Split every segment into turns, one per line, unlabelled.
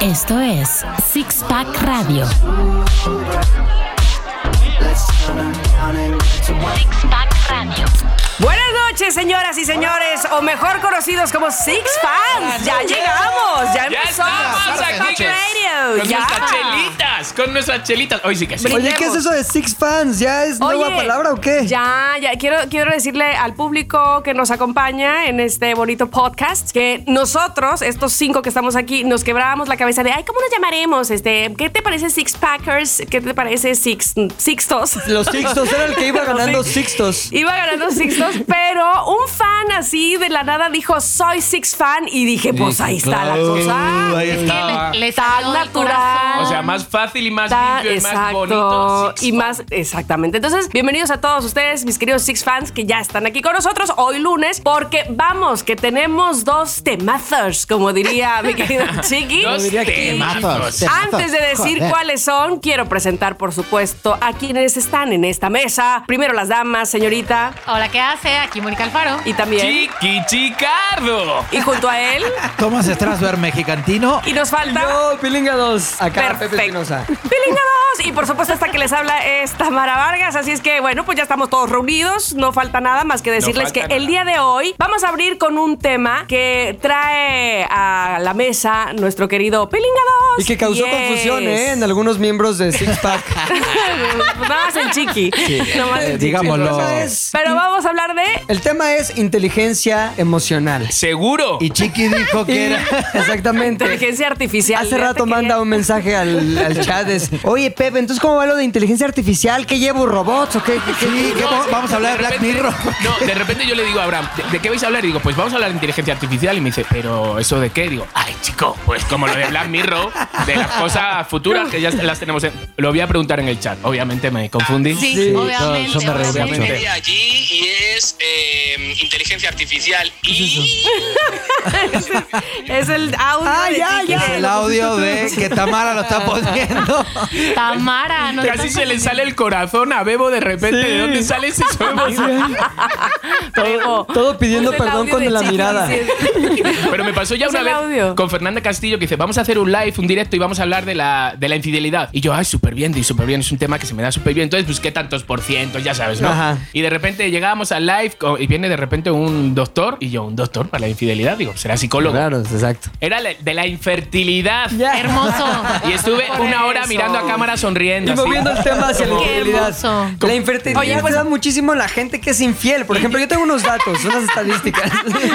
Esto es Six Pack Radio. Six Pack Radio.
Buenas noches, señoras y señores, o mejor conocidos como Six Fans. Ya llegamos, ya
Ya
empezó
estamos
Six Pack
aquí
Radio.
con
Ya.
nuestras chelitas, con nuestras chelitas. Hoy sí que sí.
Brin-
Oye, ¿qué es eso de Six Fans? ¿Ya es nueva
Oye,
palabra o qué?
Ya, ya. Quiero, quiero decirle al público que nos acompaña en este bonito podcast que nosotros, estos cinco que estamos aquí, nos quebrábamos la cabeza de, ay, ¿cómo nos llamaremos? Este, ¿Qué te parece Six Packers? ¿Qué te parece Six Sixtos?
Los Sixtos, era el que iba
No sé.
ganando Sixtos.
Iba ganando Sixtos, pero un fan así de la nada dijo, soy Six fan, y dije, pues ahí está la cosa.
ahí
estaba.
Le
Tan
salió el
natural.
corazón.
O sea, más fácil y más
Está-
limpio y más
exacto,
bonito. Six
y
pack.
más, exactamente. Entonces, bienvenidos a todos ustedes, mis queridos Six fans que ya están aquí con nosotros hoy lunes, porque vamos, que tenemos dos temazos, como diría mi querido Chiqui.
Dos
diría que
temazos.
temazos.
Antes de decir
Joder.
cuáles son, quiero presentar, por supuesto, a quienes están en esta mesa. Primero las damas, señorita,
Hola, ¿qué hace? Aquí Mónica Alfaro.
y también.
Chiqui Chicardo.
Y junto a él.
Thomas Strasberg, mexicantino.
Y nos falta.
Yo, Pilinga 2. Acá, Pepe
Perfecto.
Espinosa.
Pilingados. Y por supuesto, esta que les habla es Tamara Vargas. Así es que, bueno, pues ya estamos todos reunidos. No falta nada más que decirles
falta
que
nada.
el día de hoy vamos a abrir con un tema que trae a la mesa nuestro querido Pilingados.
Y que causó
Yes.
confusión, ¿eh? En algunos miembros de Six Pack.
Nada más en chiqui. Nada más en
eh,
chiqui.
digámoslo.
Entonces,
Pero vamos a hablar de.
El tema es inteligencia emocional.
Seguro.
Y Chiqui dijo que
Y-
era.
Exactamente.
Inteligencia artificial.
Hace
Fíjate
rato
que-
manda un mensaje al, al chat. es, Oye, Pepe, entonces, ¿cómo va lo de inteligencia artificial? ¿Qué llevo? ¿Robots o qué? ¿Qué- qué-
Sí,
qué-
¿qué vamos- vamos a hablar de Black
repente-
Mirror.
No, de repente yo le digo a Abraham, ¿de, de qué vais a hablar? Y digo, pues vamos a hablar de inteligencia artificial. Y me dice, ¿pero eso de qué? Digo, ay, chico, pues como lo de Black Mirror, de las cosas futuras que ya las tenemos. en- Lo voy a preguntar en el chat. Obviamente me confundí.
Sí,
Sí,
obviamente.
yo me reí
obviamente.
mucho.
Media allí y es eh, inteligencia artificial y
Es el audio.
Ah,
de
ya,
Chiqui
ya.
que
El
lo-
audio de que Tamara lo está poniendo.
Tamara, no
Casi
estás
se le sale el corazón a Bebo de repente. ¿De dónde sale ese sonido?
Bebo.
Todo pidiendo
Es el
perdón
audio
con
de
la
Chiqui
mirada.
diciendo-
Pero me pasó ya
Es
una
el
vez
audio.
con Fernanda Castillo que dice, vamos a hacer un live, un directo y vamos a hablar de la, de la infidelidad. Y yo, ay, súper bien, y súper bien, es un tema que se me da súper bien. Entonces busqué tantos por cientos, ya sabes, ¿no?
Ajá.
Y de repente llegábamos al live co- y viene de repente un doctor y yo, ¿un doctor para la infidelidad? Digo, será psicólogo.
Claro, exacto.
Era la- de la infertilidad.
Hermoso.
Y estuve
Por
una hora
eso.
mirando a cámara sonriendo.
Y
así.
moviendo el tema hacia la
Qué
infidelidad.
hermoso.
La infertilidad
Oye, pues-
se da muchísimo a la gente que es infiel. Por ejemplo, yo tengo unos datos, unas estadísticas.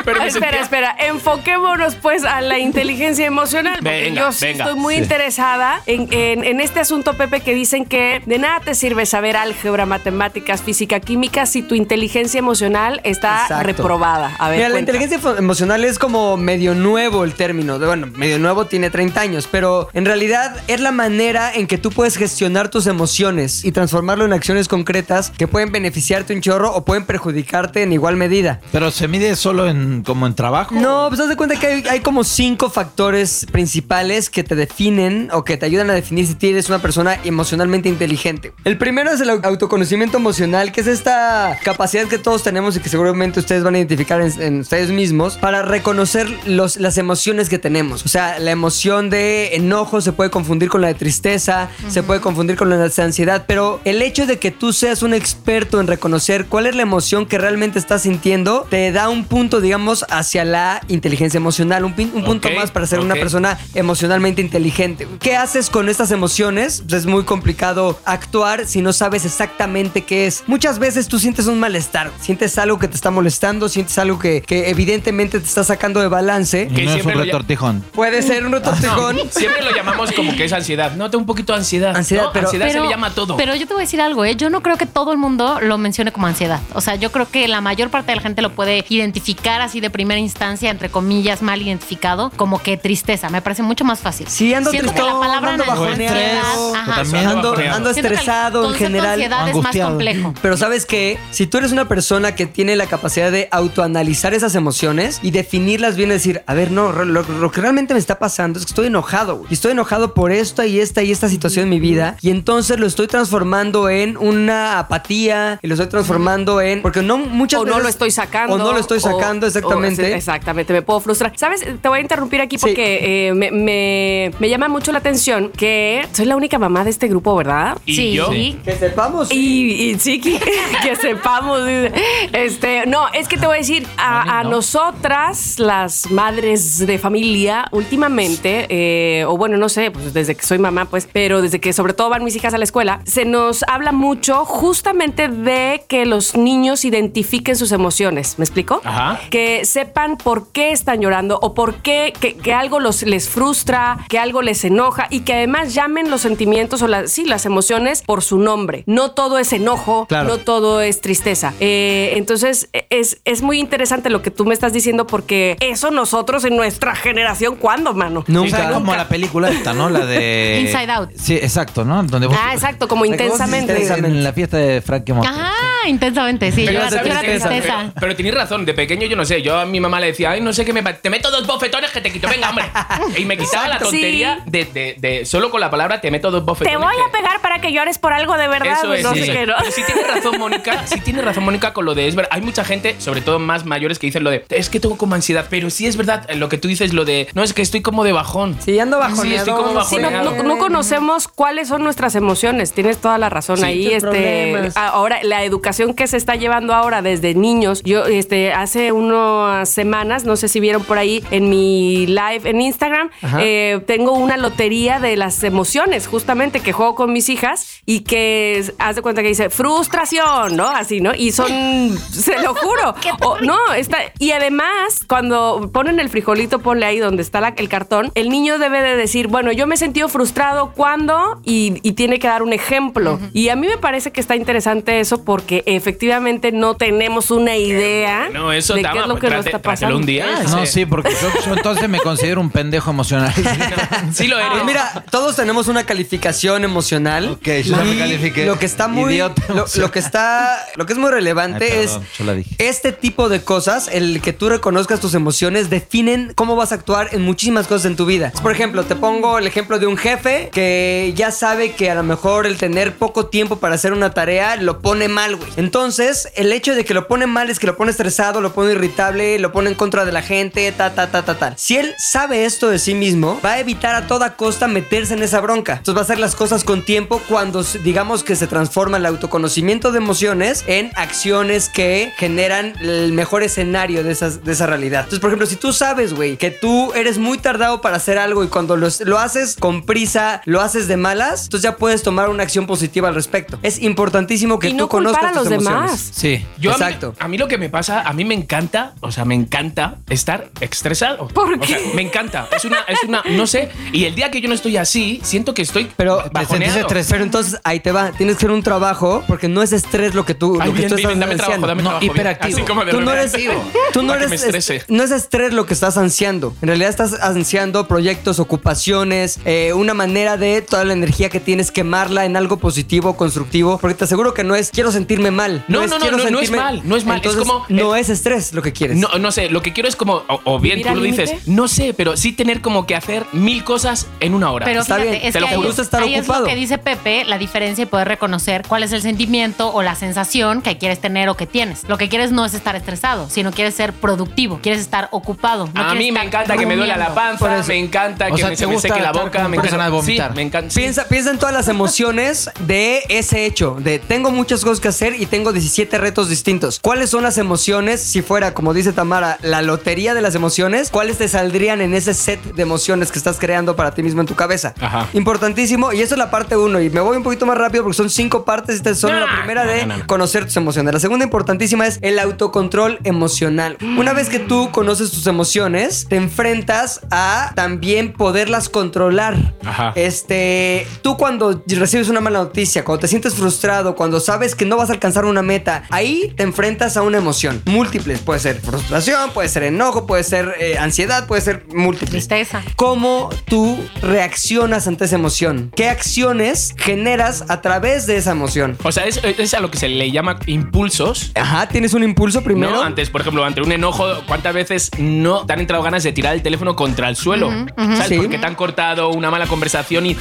Pero me
Ah, espera,
sentía-
espera. Enfoquémonos pues a la inteligencia emocional. Porque
Venga,
yo sí
venga.
estoy muy
Sí.
interesada en, en- en este asunto, Pepe, que dicen que de nada te sirve saber álgebra, matemáticas, física, química si tu inteligencia emocional está
Exacto.
reprobada. A ver,
Mira, la
cuenta.
inteligencia fo- emocional es como medio nuevo el término. De- Bueno, medio nuevo tiene 30 años, pero en realidad es la manera en que tú puedes gestionar tus emociones y transformarlo en acciones concretas que pueden beneficiarte un chorro o pueden perjudicarte en igual medida.
Pero se mide solo en como en trabajo.
No, pues haz de cuenta que hay, hay como cinco factores principales que te definen o que te ayudan a definir si eres una persona emocionalmente inteligente. El primero es el au- autoconocimiento emocional, que es esta capacidad que todos tenemos y que seguramente ustedes van a identificar en, en ustedes mismos para reconocer los, las emociones que tenemos. O sea, la emoción de enojo se puede confundir con la de tristeza, se puede confundir con la de ansiedad, pero el hecho de que tú seas un experto en reconocer cuál es la emoción que realmente estás sintiendo te da un punto, digamos, hacia la inteligencia emocional, un, pin- un punto
Ok,
más para ser una
ok.
persona emocionalmente inteligente. ¿Qué haces con estas emociones? Pues es muy complicado actuar si no sabes exactamente qué es. Muchas veces tú sientes un malestar, sientes algo que te está molestando, sientes algo que, que evidentemente te está sacando de balance.
Y
Que
no es un
siempre lo-
retortijón.
Puede ser un retortijón.
Siempre lo llamamos como que es ansiedad. No, tengo un poquito de ansiedad.
Ansiedad,
¿no?
pero-
ansiedad se le llama a todo.
Pero yo te voy a decir algo, ¿eh? Yo no creo que todo el mundo lo mencione como ansiedad. O sea, yo creo que la mayor parte de la gente lo puede identificar así de primera instancia, entre comillas, mal identificado, como que tristeza. Me parece mucho más fácil.
Sí, ando
Siento que la
tristón,
palabra
ando bajoneado.
ansiedad, ajá.
También
Ando,
bajoneado.
ando
Siento que el
estresado en
concepto de
general.
ansiedad es más
angustiado.
complejo.
Pero sabes qué, si tú eres una persona que tiene la capacidad de autoanalizar esas emociones y definirlas bien, decir, a ver, no, lo, lo que realmente me está pasando es que estoy enojado, güey. Y estoy enojado por esta y esta y esta situación en mi vida. Y entonces lo estoy transformando en una apatía y lo estoy transformando en... Porque no muchas
o no
veces-
lo estoy sacando.
O no lo estoy sacando,
o-
exactamente.
o- exactamente, me puedo frustrar. ¿Sabes? Te voy a interrumpir aquí
Sí.
porque eh, me, me- me llama mucho la atención que soy la única mamá de este grupo, ¿verdad?
¿Y yo?
Que sepamos.
Y, y sí, que, que sepamos. dice. Este, no, es que te voy a decir, a, a nosotras, las madres de familia, últimamente, eh, o bueno, no sé, pues desde que soy mamá, pues, pero desde que sobre todo van mis hijas a la escuela, se nos habla mucho justamente de que los niños identifiquen sus emociones. ¿Me explico?
Ajá.
Que sepan por qué están llorando o por qué que, que algo los, les frustra, que algo les enoja y que además llamen los sentimientos o las, sí, las emociones por su nombre. No todo es enojo,
Claro.
no todo es tristeza. Eh, entonces es, es muy interesante lo que tú me estás diciendo porque eso nosotros en nuestra generación, ¿cuándo, mano?
O sea,
Nunca.
como la película esta, ¿no? La de...
Inside Out.
Sí, exacto, ¿no? Donde vos-
Ah, exacto, como
Recuerdo
intensamente.
Intensamente.
En la fiesta de Frankie Montes.
Ajá, intensamente, sí. Yo
Pero,
era, yo
¿sabes
era
qué?
tristeza.
Pero- pero tenéis razón, de pequeño yo no sé. Yo a mi mamá le decía, ay, no sé qué me pa- Te meto dos bofetones que te quito, venga, hombre. Y me quitaba la
Exacto.
tontería
Sí.
de, de- de- solo con la palabra te meto dos bofetones.
Te voy
que-
a pegar para que llores por algo de verdad.
Eso es,
no
sí,
sé
sí.
qué, ¿no?
Pero sí tiene razón Mónica, sí tiene razón Mónica con lo de es verdad. Hay mucha gente, sobre todo más mayores, que dicen lo de es que tengo como ansiedad, pero sí es verdad eh, lo que tú dices, lo de no es que estoy como de bajón.
Sí, ando bajoneado.
Sí, estoy como
Sí, no, no-
bajoneado.
no conocemos cuáles son nuestras emociones. Tienes toda la razón
Sí.
ahí.
Muchos
Este,
problemas.
ahora la educación que se está llevando ahora desde niños. Yo, este, hace unas semanas, no sé si vieron por ahí en mi live en Instagram,
Ajá.
eh, tengo una lotería de las emociones, justamente que juego con mis hijas y que es- haz de cuenta que dice frustración, ¿no? Así, ¿no? Y son, se lo juro. O- no, está y además cuando ponen el frijolito, ponle ahí donde está la- el cartón, el niño debe de decir, bueno, yo me he sentido frustrado cuando y, y tiene que dar un ejemplo. Y a mí me parece que está interesante eso porque efectivamente no tenemos una idea
No, eso
de qué
Tama,
es lo
pues,
que nos
trate-
está
trátelo
pasando.
un día.
Ah, No,
ese-
sí, porque yo, yo entonces me considero un pendejo emocional.
Sí lo
Ah,
eres.
Pues mira, todos tenemos una calificación emocional.
Ok, yo ya me califiqué.
Lo que está muy.
Idiota
Lo,
emocional.
lo que está. Lo que es muy relevante
Ay, perdón,
es.
yo la dije.
Este tipo de cosas, el que tú reconozcas tus emociones, definen cómo vas a actuar en muchísimas cosas en tu vida. Por ejemplo, te pongo el ejemplo de un jefe que ya sabe que a lo mejor el tener poco tiempo para hacer una tarea lo pone mal, güey. Entonces, el hecho de que lo pone mal es que lo pone estresado, lo pone irritable, lo pone en contra de la gente, ta, ta, ta, ta, ta. Si él sabe esto de sí mismo, va a evitar a toda costa meterse en esa bronca. Entonces va a hacer las cosas con tiempo cuando s- digamos que se transforma el autoconocimiento de emociones en acciones que generan el mejor escenario de, esas, de esa realidad. Entonces, por ejemplo, si tú sabes, güey, que tú eres muy tardado para hacer algo y cuando los- lo haces con prisa, lo haces de malas, entonces ya puedes tomar una acción positiva al respecto. Es importantísimo que
Y
tú
no culpar
conozcas
a
tus
los
emociones.
demás.
Sí.
Yo a mí-
Exacto.
A mí, lo que me pasa, a mí me encanta, o sea, me encanta estar estresado.
¿Por
O sea,
qué?
me encanta. Es una, es una, no sé. Y el día que yo no estoy así, siento que estoy
Pero
ba-
te sentís
bajoneado.
estresado.
Pero entonces ahí te va, tienes que hacer un trabajo porque no es estrés lo que tú,
Ay,
lo que
bien,
tú
bien,
estás
dame trabajo,
ansiando.
dame
No,
trabajo. bien.
hiperactivo.
Así como de
Tú no eres,
repente.
tú no
Para que
eres,
me estrese.
es- no es estrés lo que estás ansiando. En realidad estás ansiando proyectos, ocupaciones, eh, una manera de toda la energía que tienes quemarla en algo positivo, constructivo. Porque te aseguro que no es quiero sentirme mal.
No,
es,
no, no,
quiero
no, no es
sentirme-
mal, no es mal, es
Entonces,
como-
no es estrés lo que quieres.
No, no sé, lo que quiero es como, o, o bien
¿Vivir
tú
al
lo dices,
límite?
no sé, pero sí tener como que hacer mil cosas en una hora.
Pero
Está
fíjate,
bien,
es
te
que
lo
ahí,
juro.
es-
Te gusta estar
ahí es lo
ocupado.
que dice Pepe, la diferencia y poder reconocer cuál es el sentimiento o la sensación que quieres tener o que tienes. Lo que quieres no es estar estresado, sino quieres ser productivo, quieres estar ocupado. no
a
quieres
mí me
estar
encanta que me duela la
rumiando.
panza, me encanta
O
que
sea,
me,
¿te
se me
gusta
seque la
estar
boca,
como
me encanta.
persona de vomitar?
Sí, me encanta. sí.
Piensa, piensa en todas las emociones de ese hecho, de tengo muchas cosas que hacer y tengo 17 retos distintos. ¿Cuáles son las emociones? Si fuera, como dice Tamara, la lotería de las emociones, ¿cuáles te saldrían en ese set de emociones que estás creando para ti mismo en tu cabeza?
Ajá.
Importantísimo, y eso es la parte 1, y me voy un poquito más rápido porque son cinco partes, esta es solo la primera
no,
de
no, no, no.
conocer tus emociones. La segunda importantísima es el autocontrol emocional. Una vez que tú conoces tus emociones, te enfrentas a también poderlas controlar. Eh,
Ajá.
Este, tú cuando recibes una mala noticia, cuando te sientes frustrado, cuando sabes que no vas a alcanzar una meta. Ahí te enfrentas a una emoción. Múltiples. Puede ser frustración, puede ser enojo, puede ser eh, ansiedad, puede ser múltiples.
Tristeza.
¿Cómo tú reaccionas ante esa emoción? ¿Qué acciones generas a través de esa emoción?
O sea, es, es a lo que se le llama impulsos.
Ajá, tienes un impulso primero.
¿no? Antes, por ejemplo, ante un enojo, ¿cuántas veces no te han entrado ganas de tirar el teléfono contra el suelo? ¿Sabes?
Sí.
Porque te han cortado una mala conversación y.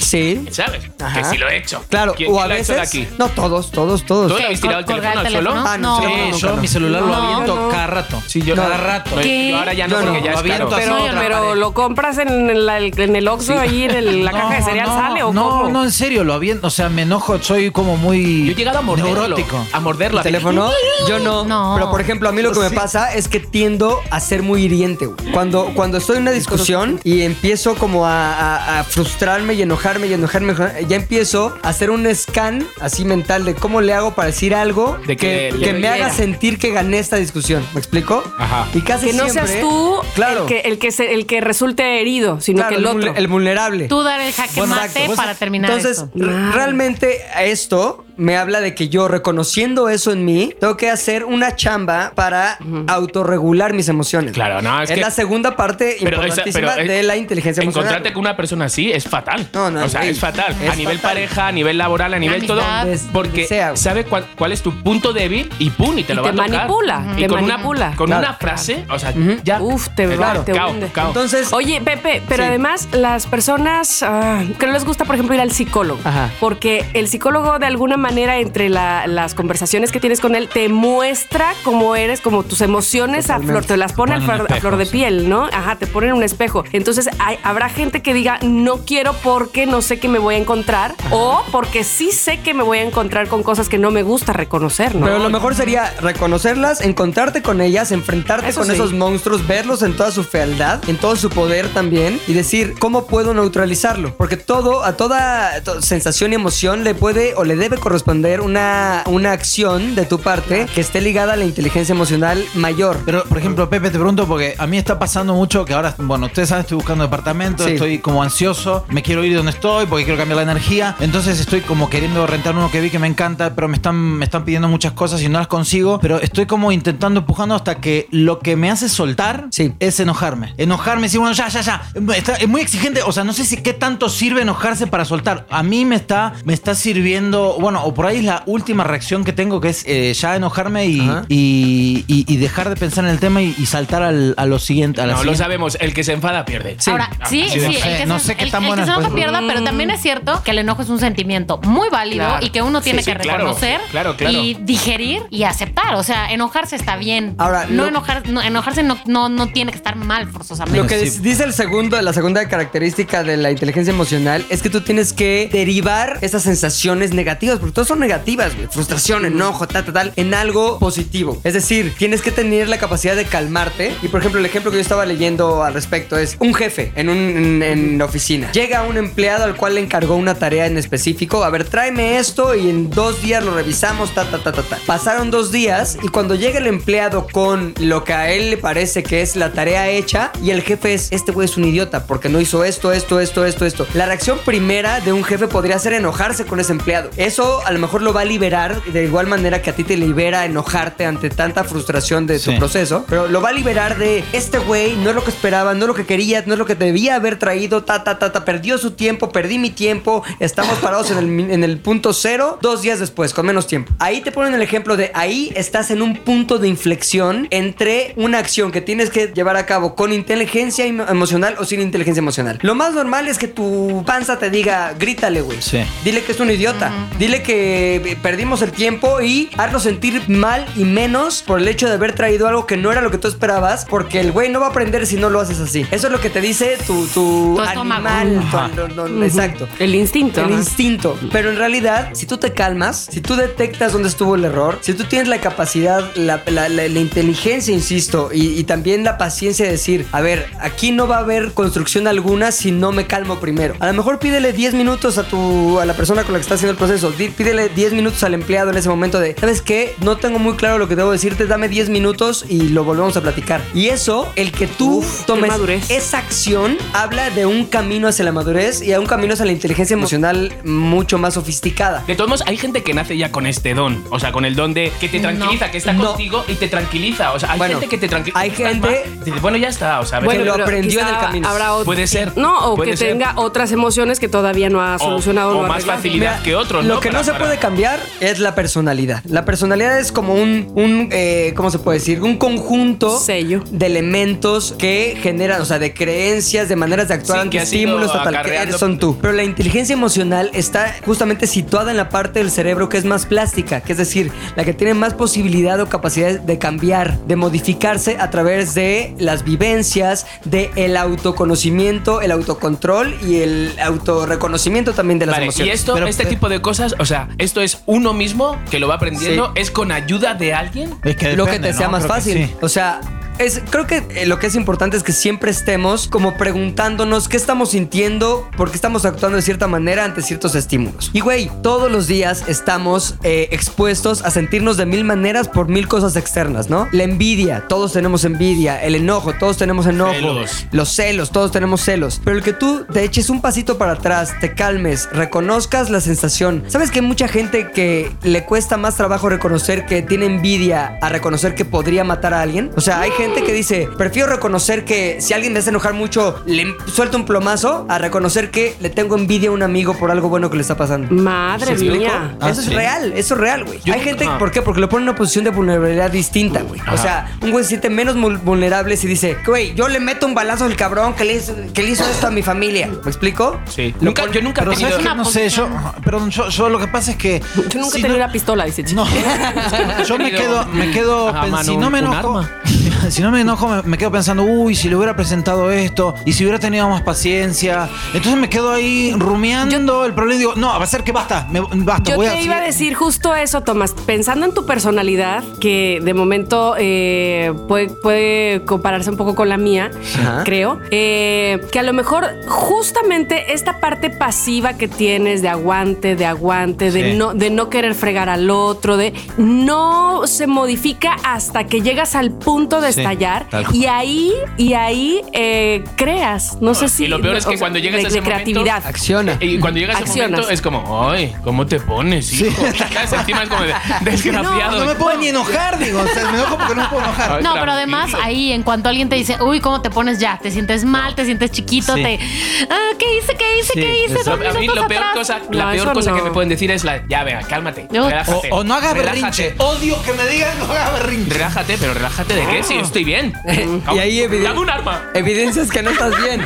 Sí.
¿Sabes?
Ajá.
Que sí lo he hecho.
Claro,
¿Quién,
o
quién
a
lo ha hecho de
veces.
aquí?
No, todos, todos, todos.
¿Tú le habéis tirado el
¿Colgar
teléfono al suelo?
Ah, no,
no,
sí,
no,
yo
no.
mi celular lo
No.
aviento cada rato.
Sí, yo-
cada
no.
rato.
No,
¿Qué?
Yo ahora ya no,
Yo no,
porque ya
lo
es
aviento
caro.
así.
Pero,
otra
pero
pared.
lo compras en, la- en el Oxxo, ahí en la caja de cereal
no,
sale o
no,
cómo?
no, en serio, lo aviento. O sea, me enojo, soy como muy.
Yo he llegado a morderlo.
Neurótico.
A morderlo.
¿El teléfono? Yo no.
No.
Pero por ejemplo, a mí lo que me pasa es que tiendo a ser muy hiriente, güey. Cuando, cuando estoy en una discusión y empiezo como a, a- a frustrarme y enojarme y enojarme, enojarme, ya empiezo a hacer un scan así mental de cómo le hago para decir algo
De que le
que me
doliera.
haga sentir que gané esta discusión. ¿Me explico?
Ajá.
Y casi
que no
siempre-
seas tú
claro,
el, que, el, que se- el que resulte herido, sino
claro,
que el
el,
otro.
vulne- el vulnerable.
Tú dar el jaque
Bueno,
mate
exacto.
para terminar
Entonces,
esto.
re- realmente esto me habla de que yo, reconociendo eso en mí, tengo que hacer una chamba para autorregular mis emociones.
Claro, no, es
Es
que-
la segunda parte
Pero esa-
importantísima
pero, eh,
de la inteligencia emocional.
Encontrarte con una persona así es fatal.
No, no,
o sea,
güey.
es fatal. a
Es
nivel
fatal.
pareja, a nivel laboral, a nivel todo.
Amistad.
Des-
Porque
desea, güey.
sabe cuál, cuál es tu punto débil y pum, y te
Y
lo
te
va a tocar.
manipula,
Y
te
con
manipula.
Una, con
Claro.
una frase, o sea, ya.
Uf, te va,
Claro,
te
cao,
hunde.
cao.
Entonces,
Oye, Pepe, pero
Sí.
además las personas ah, que no les gusta, por ejemplo, ir al psicólogo.
Ajá.
Porque el psicólogo, de alguna manera, entre la- las conversaciones que tienes con él, te muestra cómo eres, como tus emociones a flor, te las pone a
Te ponen
flor, a flor de
espejos.
piel, ¿no? Ajá, te ponen un espejo. Entonces, hay- habrá gente que diga, no quiero porque no sé qué me voy a encontrar, o porque sí sé que me voy a encontrar con cosas que no me gusta reconocer, ¿no?
pero lo mejor sería reconocerlas, encontrarte con ellas, enfrentarte
Eso
con
sí.
esos monstruos, verlos en toda su fealdad, en todo su poder también y decir cómo puedo neutralizarlo, porque todo a toda to- sensación y emoción le puede o le debe corresponder una una acción de tu parte que esté ligada a la inteligencia emocional mayor.
Pero, por ejemplo, Pepe, te pregunto porque a mí está pasando mucho que ahora, bueno, ustedes saben, estoy buscando departamento,
Sí.
estoy como ansioso, me quiero ir de donde estoy porque quiero cambiar la energía. Entonces estoy como queriendo rentar uno que vi que me encanta, pero me están, me están pidiendo muchas cosas y no las consigo. Pero estoy como intentando empujando hasta que lo que me hace soltar
Sí.
es enojarme. Enojarme, decir, bueno, ya, ya, ya. Está- es muy exigente. O sea, no sé si qué tanto sirve enojarse para soltar. A mí me está, me está sirviendo, bueno, o por ahí es la última reacción que tengo, que es eh, ya enojarme y,
Ajá.
y, y- y dejar de pensar en el tema y, y saltar al- a lo siguiente. A la
No, lo
siguiente.
sabemos. El que se enfada pierde.
Ahora, sí, sí,
sí, sí.
el que
No
se,
sé qué
el-
tan
el
buena
que se
es,
enoja
pues.
pierda, pero también es cierto que el enojo es un sentimiento muy válido
Claro.
y que uno tiene
Sí, sí,
que
claro.
reconocer
Claro, claro.
y digerir y aceptar. O sea, enojarse está bien.
Ahora,
no
lo-
enojar, no- enojarse no, no, no tiene que estar mal forzosamente.
Lo que
Sí.
des- dice el segundo, la segunda característica de la inteligencia emocional es que tú tienes que derivar esas sensaciones negativas, porque todas son negativas, güey. Frustración, enojo, tal, tal, tal, en algo positivo. Es decir, tienes que tener la capacidad de calmarte. Y por ejemplo, el ejemplo que yo estaba leyendo al respecto es un jefe en un en, en oficina. Llega un empleado al cual le encargó una tarea en específico. A ver, tráeme esto y en dos días lo revisamos, ta, ta, ta, ta, ta. Pasaron dos días y cuando llega el empleado con lo que a él le parece que es la tarea hecha y el jefe es, este güey es un idiota porque no hizo esto, esto, esto, esto, esto. La reacción primera de un jefe podría ser enojarse con ese empleado. Eso a lo mejor lo va a liberar de igual manera que a ti te libera enojarte ante tanta frustración de tu
Sí.
proceso, pero lo va a liberar de este güey, no es lo que esperaba, no es lo que quería, no es lo que debía haber traído, ta, ta, ta, ta, perdió su tiempo, perdí mi tiempo, estamos parados en el, min- en el punto cero, dos días después, con menos tiempo. Ahí te ponen el ejemplo de ahí estás en un punto de inflexión entre una acción que tienes que llevar a cabo con inteligencia emo- emocional o sin inteligencia emocional. Lo más normal es que tu panza te diga, grítale, güey.
Sí.
Dile que es un idiota. Dile que eh, perdimos el tiempo y hazlo sentir mal y menos por el hecho de haber traído algo que no era lo que tú esperabas, porque el güey no va a aprender si no lo haces así. Eso es lo que te dice tu, tu
Tu estómago.
animal. tu- no, no, Exacto.
El instinto.
El
ajá.
instinto. Pero en realidad, si tú te calmas, si tú detectas dónde estuvo el error, si tú tienes la capacidad, la, la- la- la inteligencia, insisto, y, y también la paciencia de decir, a ver, aquí no va a haber construcción alguna si no me calmo primero. A lo mejor pídele 10 minutos a tu a la persona con la que estás haciendo el proceso. Di- pídele 10 minutos al empleado en ese momento de, ¿sabes qué? No tengo muy claro lo que debo decirte, dame 10 minutos y lo volvemos a platicar. Y eso, el que tú
Uf, qué
tomes
madurez.
esa acción, habla de un camino hacia la madurez y a un camino hacia la inteligencia emocional mucho más sofisticada.
De todos modos, hay gente que nace ya con este don. O sea, con el don de que te tranquiliza, que está
No.
contigo y te tranquiliza. O sea, hay
Bueno,
gente que te tranquiliza.
hay
Estás
gente-
mal, y dices, bueno, ya está. O sea, a ver,
Bueno, lo
pero
aprendió en
quizá
el camino.
habrá ot-
Puede ser.
No, o
Puede
que
ser.
tenga otras emociones que todavía no ha
O-
solucionado.
o
no ha
más
arreglado.
facilidad. que otros,
Lo
¿no?
que
Para-
no se
para-
puede cambiar es la personalidad. La personalidad es como un, un eh, ¿cómo se puede decir? Un conjunto
Sello.
de elementos que generan, o sea, de creencias, de maneras de actuar
Sí,
ante
que has ido
estímulos, tal, tal, que
acarreando.
eres- son tú. Pero la inteligencia emocional está justamente situada en la parte del cerebro que es más plástica, que es decir, la que tiene más posibilidad o capacidad de cambiar, de modificarse a través de las vivencias, de el autoconocimiento, el autocontrol y el autorreconocimiento también de las
Vale, y
emociones.
esto,
Pero- eh,
este tipo de cosas, o sea, esto es uno mismo que lo va aprendiendo,
Sí.
es con ayuda de alguien.
Es que
lo que
depende,
te
¿no?
sea más
Creo que
fácil.
sí.
O sea, es, creo que eh, lo que es importante es que siempre estemos como preguntándonos qué estamos sintiendo, por qué estamos actuando de cierta manera ante ciertos estímulos. Y güey, todos los días estamos eh, expuestos a sentirnos de mil maneras por mil cosas externas, ¿no? La envidia, todos tenemos envidia, el enojo, todos tenemos enojo,
Celos.
los celos, todos tenemos celos. Pero el que tú te eches un pasito para atrás, te calmes, reconozcas la sensación. ¿Sabes que hay mucha gente que le cuesta más trabajo reconocer que tiene envidia a reconocer que podría matar a alguien? O sea, hay gente que dice, prefiero reconocer que si alguien me hace enojar mucho, le suelto un plomazo a reconocer que le tengo envidia a un amigo por algo bueno que le está pasando.
Madre
¿Se explicó?
mía.
Ah,
eso
sí.
es real, eso es real, güey.
Yo-
Hay gente,
ajá.
¿por qué? Porque lo pone en una posición de vulnerabilidad distinta, güey. O
Ajá.
sea, un güey se siente menos mul- vulnerable si dice, güey, yo le meto un balazo al cabrón que le hizo, que le hizo esto a mi familia. ¿Me explico?
Sí. Nunca, yo nunca he
Pero
tenido.
sabes que no sé, yo, perdón, yo, yo lo que pasa es que
Yo nunca
si
tenía
no-
una pistola, dice Chico.
No, yo me quedo,
mm,
me quedo
Ajá,
pen-
mano,
si no me
un
enojo,
arma.
si no me enojo, me, me quedo pensando, uy, si le hubiera presentado esto, y si hubiera tenido más paciencia, entonces me quedo ahí rumiando el problema y digo, no, va a ser que basta, me, basta,
Yo
voy
te iba a
seguir".
decir justo eso, Tomás. Pensando en tu personalidad, que de momento eh, puede, puede compararse un poco con la mía,
Ajá.
creo, eh, que a lo mejor justamente esta parte pasiva que tienes de aguante, de aguante, de,
Sí.
no, de no querer fregar al otro, de no se modifica hasta que llegas al punto de
Sí,
estallar
tal
y ahí, y ahí eh, creas. No sé si...
Y lo peor es
o
que
sea,
cuando llegas
de-
a ese
de
momento-
creatividad.
Acciona.
Y cuando llega ese
Accionas.
momento es como, ay, ¿cómo te pones, hijo? ¿Sabes? Encima es como de- desgraciado.
No me puedo ni enojar, digo, o sea, me enojo porque no me puedo enojar.
Ay,
No, pero además
tranquilo.
ahí en cuanto alguien te dice, uy, ¿cómo te pones ya? Te sientes mal, te sientes chiquito,
Sí.
te... Ah, ¿Qué hice? ¿Qué hice?
Sí,
¿Qué hice?
exacto.
Dos
Lo- a mí
minutos
la peor
atrás".
cosa, la
No,
peor
eso
cosa que
no.
me pueden decir es la, ya vea, cálmate,
No.
O,
relájate.
o no hagas
relájate,
berrinche, odio que me digan no hagas berrinche.
Relájate, pero relájate de qué
Ah.
si yo estoy bien.
Y ahí eviden-
Dame un arma.
Evidencias que no estás bien.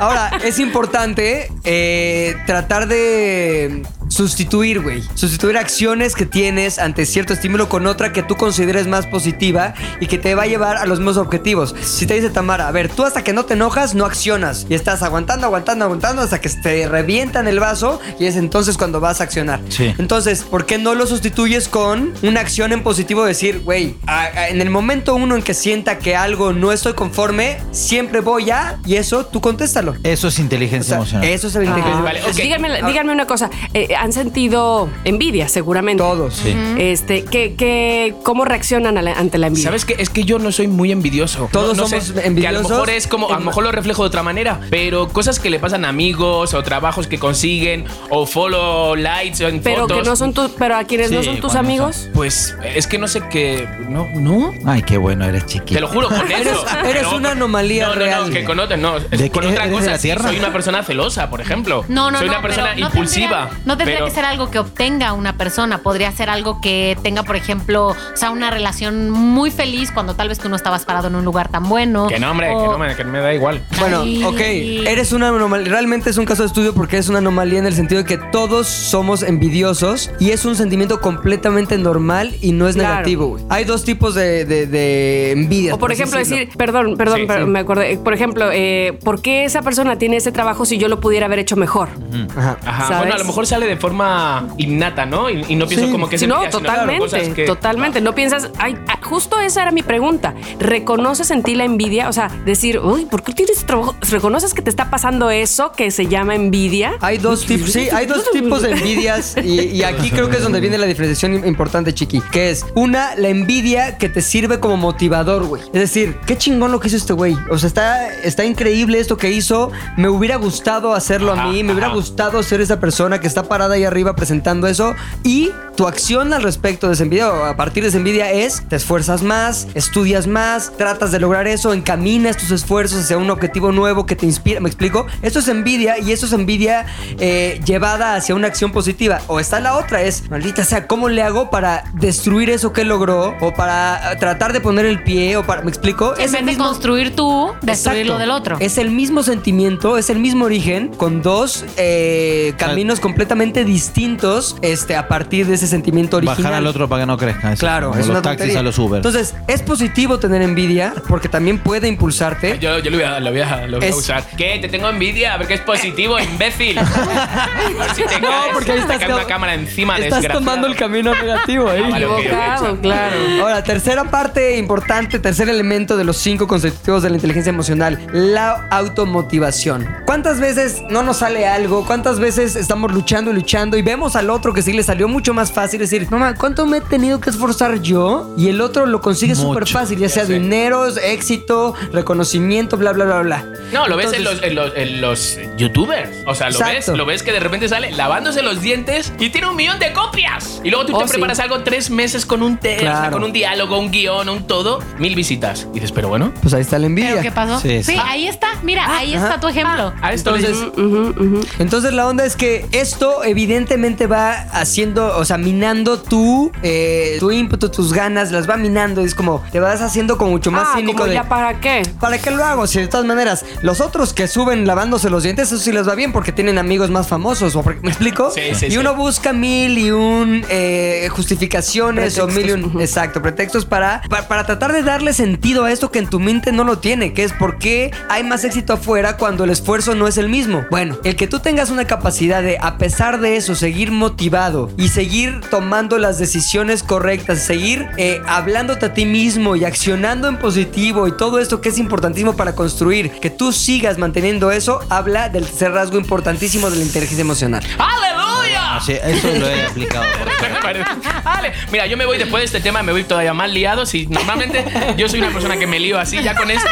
Ahora, es importante eh, tratar de sustituir, güey. Sustituir acciones que tienes ante cierto estímulo con otra que tú consideres más positiva y que te va a llevar a los mismos objetivos. Si te dice Tamara, a ver, tú hasta que no te enojas, no accionas. Y estás aguantando, aguantando, aguantando hasta que te revientan el vaso y es entonces cuando vas a accionar.
Sí.
Entonces, ¿por qué no lo sustituyes con una acción en positivo? Decir, güey, a- a- en el momento uno en que sienta que algo no estoy conforme, siempre voy a, y eso tú contéstalo.
Eso es
O
inteligencia
sea,
emocional.
eso es el
Ah,
inteligencia.
Vale, ok.
díganme, díganme una cosa, eh, han sentido envidia seguramente.
Todos.
Sí.
Este, ¿qué, qué, ¿Cómo reaccionan a la- ante la envidia?
¿Sabes qué? Es que yo no soy muy envidioso.
Todos
No- no
somos
sé, Que a lo
envidiosos.
mejor es como, a lo mejor lo reflejo de otra manera, pero cosas que le pasan a amigos o trabajos que consiguen o follow likes o en
Pero que
fotos.
no son tus, pero a quienes no
Sí,
son tus
cuando
amigos.
Pues es que no sé qué. No, no.
Ay, qué bueno eres chiquito.
Te lo juro, con eso.
Eres- eres
Pero-
una anomalía
no, no, No,
real.
que con otra, no.
¿De
con
qué?
otra
¿Eres de
cosa,
la
sí,
Tierra?
soy una persona celosa, por ejemplo.
No, no,
Soy
no,
una persona
pero no
impulsiva.
Tendría, no tendría
pero-
que ser algo que obtenga una persona. Podría ser algo que tenga, por ejemplo, o sea, una relación muy feliz cuando tal vez tú no estabas parado en un lugar tan bueno.
Que no, hombre,
o-
que no, me- que me da igual.
Bueno,
Ay.
ok, eres una anomalía. Realmente es un caso de estudio porque es una anomalía en el sentido de que todos somos envidiosos y es un sentimiento completamente normal y no es
Claro.
negativo. güey. Hay dos tipos de, de, de envidia.
O por ejemplo decir, perdón, perdón,
Sí,
pero
sí.
me acordé. Por ejemplo, eh, ¿por qué esa persona tiene ese trabajo si yo lo pudiera haber hecho mejor?
Ajá.
Ajá.
¿Sabes?
Bueno, a lo mejor sale de forma innata, ¿no? Y, y no pienso
Sí.
como que
Sí,
es
no,
envidia, sino, claro,
totalmente,
cosas que-
totalmente. No piensas, ay, ah, justo esa era mi pregunta. ¿Reconoces en ti la envidia? O sea, decir, uy, ¿por qué tienes trabajo? ¿Reconoces que te está pasando eso que se llama envidia?
Hay dos tipos, sí, hay dos tipos de envidias y, y aquí creo que es donde viene la diferenciación im- importante, Chiqui, que es una, la envidia que te sirve como motivador, güey. Es decir, qué chingón lo que hizo este güey. O sea, está, está increíble esto que hizo. Me hubiera gustado hacerlo a mí, me hubiera gustado ser esa persona que está parada ahí arriba presentando eso. Y tu acción al respecto de esa envidia o a partir de esa envidia es, te esfuerzas más, estudias más, tratas de lograr eso, encaminas tus esfuerzos hacia un objetivo nuevo que te inspira. ¿Me explico? Esto es envidia y eso es envidia eh, llevada hacia una acción positiva. O está la otra, es, maldita sea, ¿cómo le hago para destruir eso que logró? O para eh, tratar de poner el pie, o para, ¿me explico?
En
Es el
vez de
mismo-
construir tú, destruir
Exacto.
lo del otro.
Es el mismo sentimiento, es el mismo origen, con dos eh, caminos completamente distintos este, a partir de ese sentimiento original.
Bajar al otro para que no crezca. eso.
Claro,
Como
es
los
una
taxis
tontería.
a los Uber.
Entonces, es positivo tener envidia porque también puede impulsarte.
Yo, yo lo voy a, lo voy a, lo voy a
Es-
usar. ¿Qué? ¿Te tengo envidia? A ver que es positivo, imbécil. Por si te caes, te cae una
to-
cámara encima,
Estás
desgraciado.
tomando el camino negativo ahí.
Ah, vale, ok, ok,
Equivocado, claro.
Ahora, tercera parte importante, tercer elemento de los cinco constitutivos de la inteligencia emocional, la automotivación. ¿Cuántas veces no nos sale algo? ¿Cuántas veces estamos luchando y luchando y vemos al otro que sí le salió mucho más fácil decir, mamá, ¿cuánto me he tenido que esforzar yo? Y el otro lo consigue
Mucho.
súper fácil, ya sea dinero, éxito, reconocimiento, bla, bla, bla, bla.
No, lo ves en
Entonces-
los, en, los, en los youtubers. O sea, lo ves,
Exacto.
lo ves que de repente sale lavándose los dientes y tiene un millón de copias. Y luego tú
Oh,
te
sí.
preparas algo tres meses con un texto,
Claro.
con un diálogo, un guión, un todo, mil visitas. Y dices, pero bueno.
Pues ahí está la envidia.
¿Pero qué pasó?
Sí,
Sí,
sí.
ahí está. Mira, ahí está tu ejemplo.
A esto
Ah, Entonces,
le-
Entonces la onda es que esto evidentemente va haciendo, o sea, minando tu, eh, tu ímpetu, tus ganas, las va minando. Es como, te vas haciendo como mucho más
ah,
cínico
como
de...
ya para qué.
¿Para qué lo hago? Si de todas maneras, los otros que suben lavándose los dientes, eso sí les va bien porque tienen amigos más famosos. ¿o por- ¿Me explico?
Sí, sí,
y
sí.
uno busca mil y un eh, justificaciones o mil y un. Exacto, pretextos para, para, para tratar de darle sentido a esto que en tu mente no lo tiene, que es por qué hay más éxito afuera cuando el esfuerzo no es el mismo. Bueno, el que tú tengas una capacidad de, a pesar de eso, seguir motivado y seguir tomando las decisiones correctas, seguir eh, hablándote a ti mismo y accionando en positivo y todo esto que es importantísimo para construir, que tú sigas manteniendo eso, habla del tercer rasgo importantísimo de la inteligencia emocional.
¡Aleluya!
Ah, sí, eso lo he aplicado. por favor.
Vale, mira, yo me voy después de este tema, me voy todavía más liado. Si normalmente yo soy una persona que me lío así, ya con esto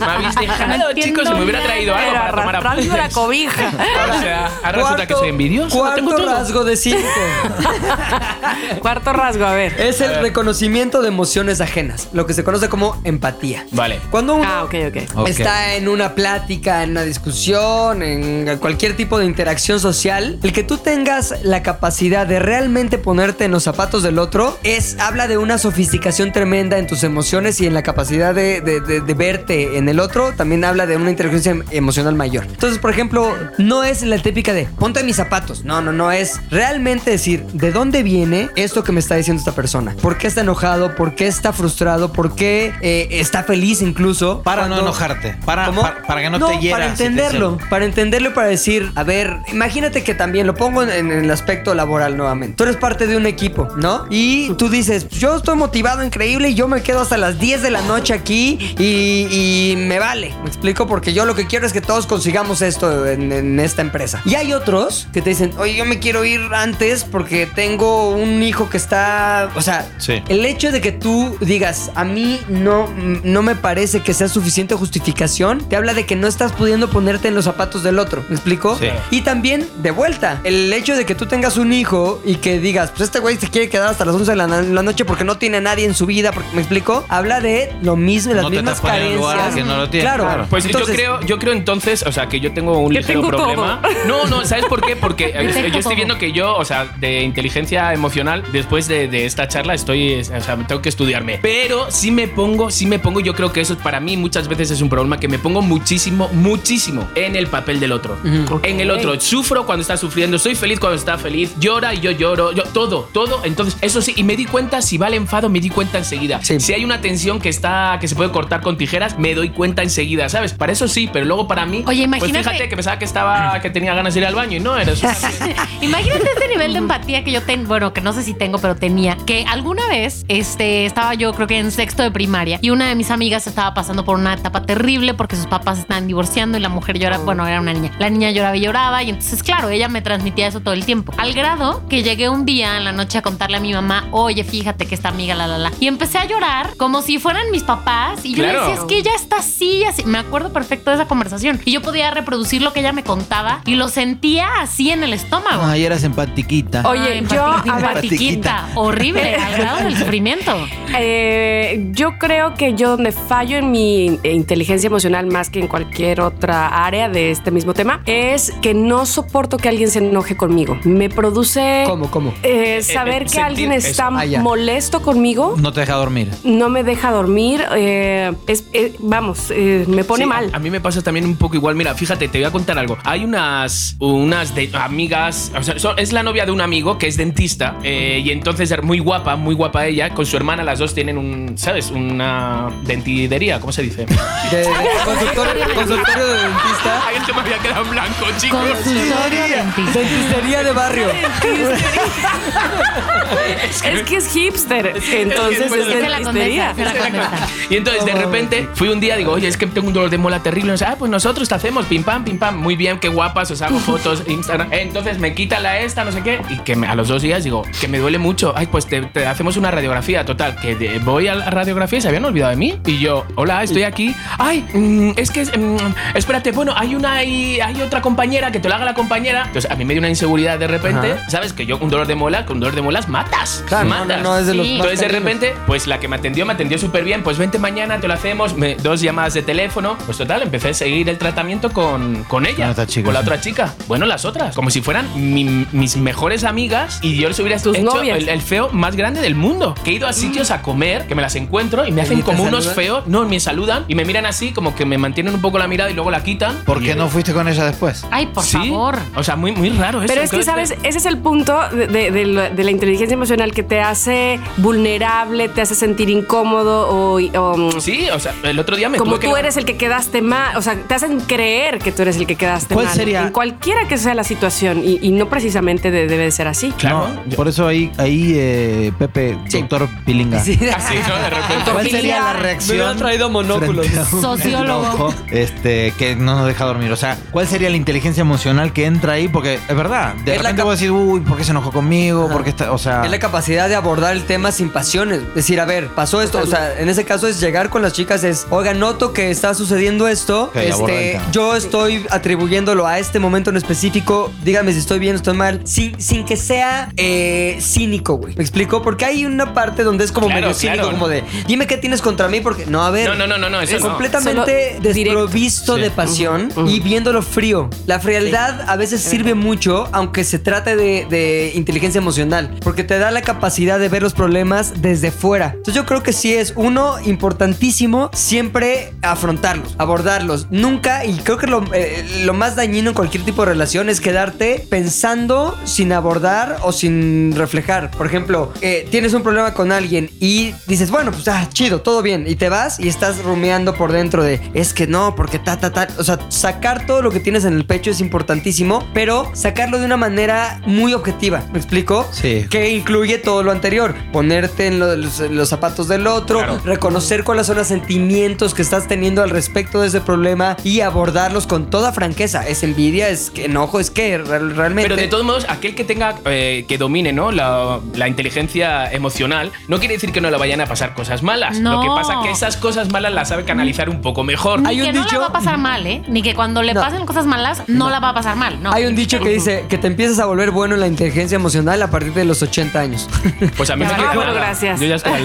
me habéis
No
dejado,
entiendo
chicos, si me hubiera
nada.
traído algo
Pero
para tomar
arrastrando la
apuntes.
cobija.
O sea, ahora resulta que
Cuarto-
soy envidioso. lo tengo
Cuarto
todo.
rasgo de cinco.
Cuarto rasgo, a ver.
Es el reconocimiento de emociones ajenas, lo que se conoce como empatía.
Vale.
Cuando uno
Ah, ok, ok.
Ok.
está en una plática, en una discusión, en cualquier tipo de interacción social, el que tú tengas la capacidad de realmente ponerte en los zapatos del otro, es habla de una sofisticación tremenda en tus emociones y en la capacidad de, de- de- de verte en el otro, también habla de una inteligencia em- emocional mayor. Entonces, por ejemplo, no es la típica de ponte en mis zapatos, no, no, no, es realmente decir de dónde viene esto que me está diciendo esta persona, por qué está enojado, por qué está frustrado, por qué eh, está feliz incluso.
Para no
Cuando-
enojarte, para,
¿Cómo?
para, para que no, te hieras.
Para
si te
entenderlo,
celo.
para entenderlo y para decir, a ver, imagínate que también lo pongo en, en el aspecto laboral nuevamente. Tú eres parte de un equipo, ¿no? Y tú dices, yo estoy motivado, increíble, y yo me quedo hasta las 10 de la noche aquí y, y me vale. Me explico, porque yo lo que quiero es que todos consigamos esto en, en esta empresa. Y hay otros que te dicen, oye, yo me quiero ir antes porque tengo un hijo que está, o sea,
Sí.
el hecho de que tú digas, a mí no, no me parece que sea suficiente justificación, te habla de que no estás pudiendo ponerte en los zapatos del otro. ¿Me explico?
Sí.
Y también, de vuelta, el hecho de que tú tengas un hijo y que digas, pues este güey se quiere quedar hasta las 11 de la, na- la noche porque no tiene a nadie en su vida, porque, ¿me explico? Habla de lo mismo, las
No te
mismas
tapas en el
carencias.
lugar que no lo tiene,
Claro.
claro.
Pues yo
Entonces,
creo, yo creo entonces, o sea, que yo tengo un
Que
ligero
tengo
problema. No, no, ¿sabes por qué? Porque eh,
tengo
yo
todo.
estoy viendo que yo, o sea, de inteligencia emocional, después de, de esta charla estoy, o sea, tengo que estudiarme. Pero sí me pongo, sí me pongo, yo creo que eso para mí muchas veces es un problema que me pongo muchísimo, muchísimo en el papel del otro. En el otro, sufro cuando está sufriendo, soy feliz cuando está está feliz, llora y yo lloro, yo, todo, todo. Entonces, eso sí, y me di cuenta, si va el enfado, me di cuenta enseguida.
Sí.
Si hay una tensión que está, que se puede cortar con tijeras, me doy cuenta enseguida, ¿sabes? Para eso sí, pero luego para mí,
Oye,
pues
imagínate-
fíjate que pensaba que estaba, que tenía ganas de ir al baño y no, era eso.
Imagínate este nivel de empatía que yo tengo, bueno, que no sé si tengo, pero tenía, que alguna vez este, estaba yo creo que en sexto de primaria y una de mis amigas estaba pasando por una etapa terrible porque sus papás estaban divorciando y la mujer lloraba, bueno, era una niña, la niña lloraba y lloraba y entonces, claro, ella me transmitía eso todo el tiempo. Al grado que llegué un día en la noche a contarle a mi mamá, oye, fíjate que esta amiga, la, la, la, y empecé a llorar como si fueran mis papás y yo le
Claro.
decía, es que ella está así, y así. Me acuerdo perfecto de esa conversación y yo podía reproducir lo que ella me contaba y lo sentía así en el
Ah,
estómago.
Ay, eras empatiquita.
Oye, yo, a ver-
patiquita, horrible, al grado del sufrimiento.
Eh, yo creo que yo donde fallo en mi eh, inteligencia emocional más que en cualquier otra área de este mismo tema es que no soporto que alguien se enoje conmigo. Me produce
¿Cómo, cómo?
eh, saber que
sentir
alguien
eso.
está
Ah, ya.
molesto conmigo.
No te deja dormir.
No me deja dormir, eh, es, eh, vamos, eh, me pone
Sí, ah, a-
mal.
A, mí me pasa también un poco igual. Mira, fíjate, te voy a contar algo. Hay unas, unas de, amigas, o sea, son- es la novia de un amigo que es dentista eh, y entonces es muy guapa, muy guapa ella. Con su hermana las dos tienen un, ¿sabes? Una dentidería, ¿cómo se dice?
De, de- consultorio, consultorio de dentista.
Ay, esto me había quedado en blanco, chicos.
Consultorio dentista.
Dentistería de barrio.
es que es hipster, entonces
bueno,
es
es
Se la
dentistería.
contesta, se la contesta.
Y entonces de repente fui un día, digo, oye, es que tengo un dolor de mola terrible. Y dice, ah, pues nosotros te hacemos, pim pam, pim pam, muy bien, qué guapas, os hago fotos, Instagram. Entonces me quita la esta, no sé qué, y que me- a los dos días digo, que me duele mucho. Ay, pues te, te hacemos una radiografía, total, que de- voy a la radiografía y se habían olvidado de mí. Y yo, hola, estoy aquí. Ay, mm, es que, es- mm, espérate, bueno, hay una, hay, hay otra compañera, que te lo haga la compañera. Entonces a mí me dio una inseguridad de repente,
Ajá.
¿sabes? Que yo un dolor de mola, con un dolor de molas matas.
Claro, no,
matas.
no, no, es de los
Sí.
más
Entonces de
terribles.
repente, pues la que me atendió me atendió súper bien, pues vente mañana, te lo hacemos, me- dos llamadas de teléfono, pues total, empecé a seguir el tratamiento con, con ella,
Con otra chica,
la
sí.
otra chica, bueno, las otras, como si fueran mi- mis mejores amigas y yo les hubiera
Tus
hecho
novias.
el, el feo más grande del mundo, que he ido a sitios a comer, que me las encuentro y me hacen
te
como unos
saludan?
feos, no, me saludan y me miran así, como que me mantienen un poco la mirada y luego la quitan.
¿Por
Y
qué
yo-
no fuiste con ella después?
Ay, por
Sí,
favor.
O sea, muy, muy raro eso.
Pero es que,
creo
¿sabes? Ese es el punto de, de- de la- de la inteligencia emocional que te hace vulnerable, te hace sentir incómodo o... o, mm,
Sí, o sea, el otro día me
como
tuve que
tú eres el que quedaste mal, o sea, te hacen creer que tú eres el que quedaste
¿Cuál
mal.
sería?
En cualquiera que sea la situación, y, y no precisamente de- debe de ser así.
Claro.
No, por eso ahí, ahí eh, Pepe, doctor Pilinga.
Sí.
Así, ¿no? De repente.
¿Cuál sería la
Me
reacción?
hubieran traído monóculos.
frente a un
Sociólogo.
enojo, Este, que no nos deja dormir. O sea, ¿cuál sería la inteligencia emocional que entra ahí? Porque es verdad, de
Es la
repente
cap-
vos decís, uy, ¿por qué se enojó conmigo?
Ajá.
¿Por qué está.? O sea.
Es la capacidad de abordar el tema sin pasiones. Decir, a ver, pasó esto. O sea, en ese caso es llegar con las chicas, es, oiga, noto que está sucediendo esto.
Ok, aborda el
este,
tema.
yo estoy atribuyéndolo a este momento en específico. Dígame si estoy bien o estoy mal. Sin, sin que sea eh, cínico, güey. ¿Me explico? Porque hay una parte donde es como
Claro,
medio cínico,
claro.
como de, dime qué tienes contra mí, porque. No, a ver.
No, no, no, no, no, eso
es
no.
completamente
Solo directo.
desprovisto
Sí.
de pasión
Ujú, ujú.
y viéndolo frío. La frialdad a veces sirve mucho, aunque se trate de, de inteligencia emocional, porque te da la capacidad de ver los problemas desde fuera. Entonces yo creo que sí es uno importantísimo siempre afrontarlos, abordarlos. Nunca, y creo que lo, eh, lo más dañino en cualquier tipo de relación es quedarte pensando sin abordar o sin reflejar. Por ejemplo, eh, tienes un problema con alguien y dices, bueno, pues ah, chido, todo bien, y te vas y estás rumiando por dentro de, es que no, porque ta, ta, ta. O sea, sacar todo lo que tienes en el pecho es importantísimo, pero sacarlo de una manera muy objetiva. ¿Me explico?
Sí.
Que incluye todo lo anterior. Ponerte en lo- los, los zapatos del otro,
Claro.
reconocer cuáles son los sentimientos que estás teniendo al respecto de ese problema y abordarlos con toda franqueza. Es envidia, es que enojo, es que re- realmente.
Pero de todos modos, aquel que tenga, eh, que domine, ¿no? La, la inteligencia emocional, no quiere decir que no le vayan a pasar cosas malas.
No.
Lo que pasa es que esas cosas malas las sabe canalizar un poco mejor.
Ni
Hay un
que no
dicho-
la va a pasar mal, ¿eh? Ni que cuando le
No.
pasen cosas malas, no, la va a pasar mal. No.
Hay un dicho que dice que te empiezas a volver bueno en la inteligencia emocional a partir de los 80 años.
Pues a mí no me
Claro,
queda nada.
gracias.
Yo ya estoy al-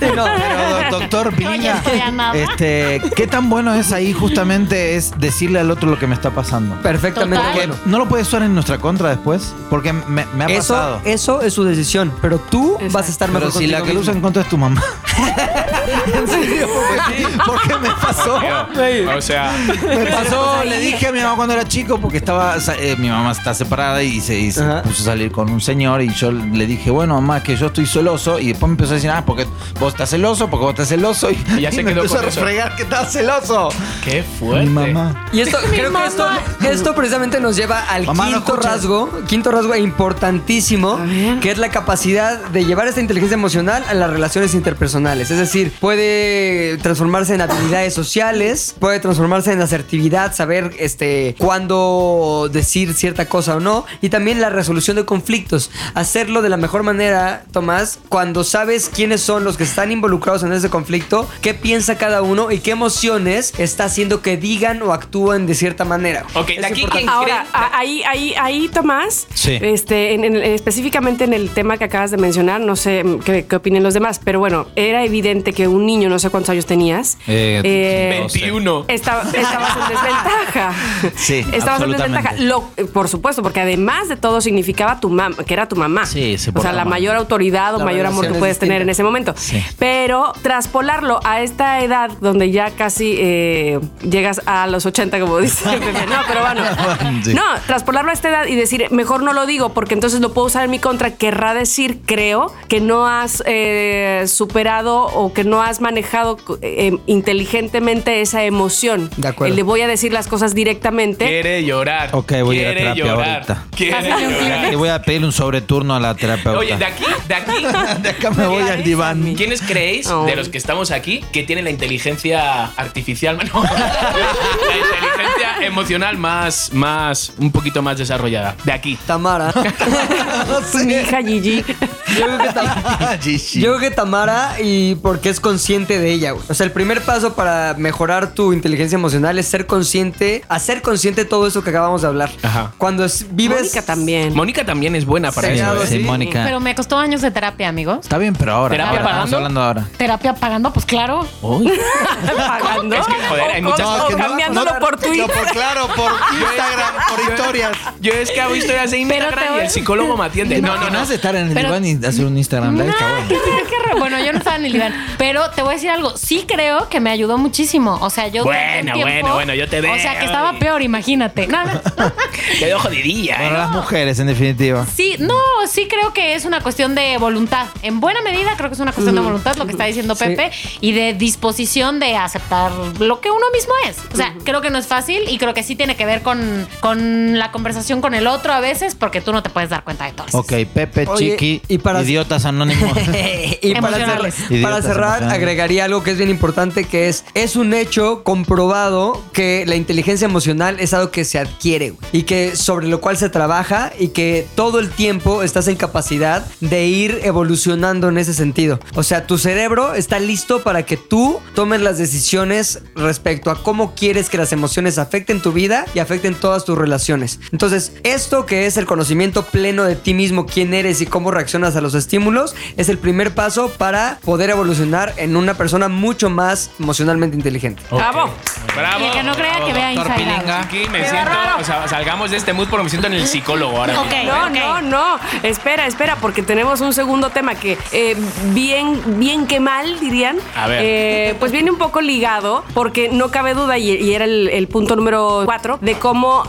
Sí, no,
Pero, doctor Pilinga,
estoy a nada.
este, ¿qué tan bueno es ahí justamente es decirle al otro lo que me está pasando?
perfectamente
Total.
bueno.
¿No lo puedes usar en nuestra contra después? Porque me, me ha
Eso,
pasado.
eso es su decisión, pero tú
Exacto.
vas a estar mejor
Pero si
contigo
la que lo
mismo.
usa en contra es tu mamá.
Sí, pues.
serio?
Pues
¿Por qué, por qué me pasó?
Tío, O sea,
Me pasó, le dije a mi mamá cuando era chico, porque estaba, sa- eh, mi mamá está separada y se, y se
Ajá.
puso a salir con un señor y yo le dije, bueno, mamá, que yo estoy celoso. Y después me empezó a decir, ah, porque vos estás celoso, porque vos estás celoso. Y,
Y ya se
me
quedó
empezó
con
a
eso.
refregar que estás celoso.
qué fuerte.
Mi mamá.
Y esto, creo que esto, esto precisamente nos lleva al
Mamá, no
quinto
escucha.
rasgo, quinto rasgo importantísimo, que es la capacidad de llevar esta inteligencia emocional a las relaciones interpersonales. Es decir, puede transformarse en habilidades sociales, puede transformarse en asertividad, saber este, cuándo decir cierta cosa o no, y también la resolución de conflictos. Hacerlo de la mejor manera, Tomás, cuando sabes quiénes son los que están involucrados en ese conflicto, qué piensa cada uno y qué emociones está haciendo que digan o actúen de cierta manera.
Ok, de
Es
aquí
importante.
quien
Ahora, a- ahí, ahí, ahí, Tomás,
Sí.
este, en- en- específicamente en el tema que acabas de mencionar, no sé mm, qué, qué opinen los demás, pero bueno, era evidente que un niño, no sé cuántos años tenías,
Eh,
eh,
21.
Estaba, estabas en desventaja.
Sí,
Estabas en
absolutamente.
desventaja. Lo- eh, por supuesto, porque además de todo significaba tu mamá, que era tu mamá.
Sí, sí,
O
por
sea,
la
la
mamá.
mayor autoridad o
La
mayor amor
relación
que
es
puedes tener
distinta.
en ese momento.
Sí.
Pero traspolarlo a esta edad donde ya casi eh, llegas a los 80, como dice Pepe. No, pero bueno.
Sí.
No, traspolarlo a esta edad y decir, mejor no lo digo porque entonces lo puedo usar en mi contra, querrá decir, creo, que no has eh, superado o que no has manejado eh, inteligentemente esa emoción.
De acuerdo.
El de voy a decir las cosas directamente.
Quiere llorar.
Ok, voy a ir a
Quiere
terapia
llorar.
ahorita.
Quiere
Hazle un
llorar.
Le voy a pedir un sobreturno a la terapeuta.
Oye, de aquí, de aquí.
de acá me voy al diván.
¿Quiénes creéis
Oh.
de los que estamos aquí que tienen la inteligencia artificial? No, la inteligencia emocional más, más, un poquito más desarrollada. De aquí.
Tamara. No sé.
Mi hija Gigi.
Yo creo que Tam-
Ah, Gigi.
Yo creo que Tamara y porque es consciente de ella, güey. O sea, el primer paso para mejorar tu inteligencia emocional es ser consciente, hacer consciente todo eso que acabamos de hablar.
Ajá.
Cuando es- vives
Mónica también.
Mónica también es buena para
Sí,
eso. ¿eh?
Señor. Claro,
sí,
sí.
Mónica.
Pero me costó años de terapia, amigos.
Está bien, pero ahora.
¿Terapia
ahora, Estamos
pagando?
hablando ahora.
¿Terapia pagando? Pues claro.
pagando.
Es que, joder, hay
O
muchas
con-
cosas
o
que no-
cambiándolo por Twitter.
claro, por Instagram, por historias.
Yo es que hago historias de Instagram
te-
y el psicólogo me atiende. No, no, no.
Vas a estar en el
Pero-
diván y hacer un Instagram live,
Nah,
cabrón.
qué re- qué re- bueno, yo no estaba en el diván. Pero te voy a decir algo. Sí creo que me ayudó muchísimo. O sea, yo. durante un
Bueno, bueno, bueno, yo te
O sea,
veo
que estaba
y-
peor, imagínate. No, no.
Te doy jodidilla,
Para
¿eh?
las mujeres, en definitiva.
Sí, no, sí creo que es una cuestión de voluntad. En buena medida creo que es una cuestión de voluntad, lo que está diciendo Pepe, y de disposición de aceptar lo que uno mismo es. O sea, creo que no es fácil y creo que sí tiene que ver con, con la conversación con el otro a veces, porque tú no te puedes dar cuenta de todo. eso.
Ok, Pepe,
Oye,
Chiqui,
y para-
idiotas anónimos.
y para cerrar,
Emocionales.
para
Idiotas
cerrar
emocionales.
agregaría algo que es bien importante, que es, es un hecho comprobado que la inteligencia emocional es algo que se adquiere güey, y que sobre lo cual se trabaja y que todo el tiempo estás en capacidad de ir evolucionando en ese sentido. O sea, tu cerebro está listo para que tú tomes las decisiones respecto a cómo quieres que las emociones afecten tu vida y afecten todas tus relaciones. Entonces, esto que es el conocimiento pleno de ti mismo, quién eres y cómo reaccionas a los estímulos, es el primer paso para poder evolucionar en una persona mucho más emocionalmente inteligente.
Bravo.
Bravo.
Y el que no crea que vea
doctor
Inside Out.
Pilinga.
Aquí me siento, o sea, salgamos de este mood porque me siento en el psicólogo ahora. mismo.
Ok,
No,
ok.
no, no. Espera, espera, porque tenemos un segundo tema que eh, bien, bien que mal, dirían.
A ver.
Eh, pues viene un poco ligado, porque no cabe duda, y, y era el, el punto número cuatro, de cómo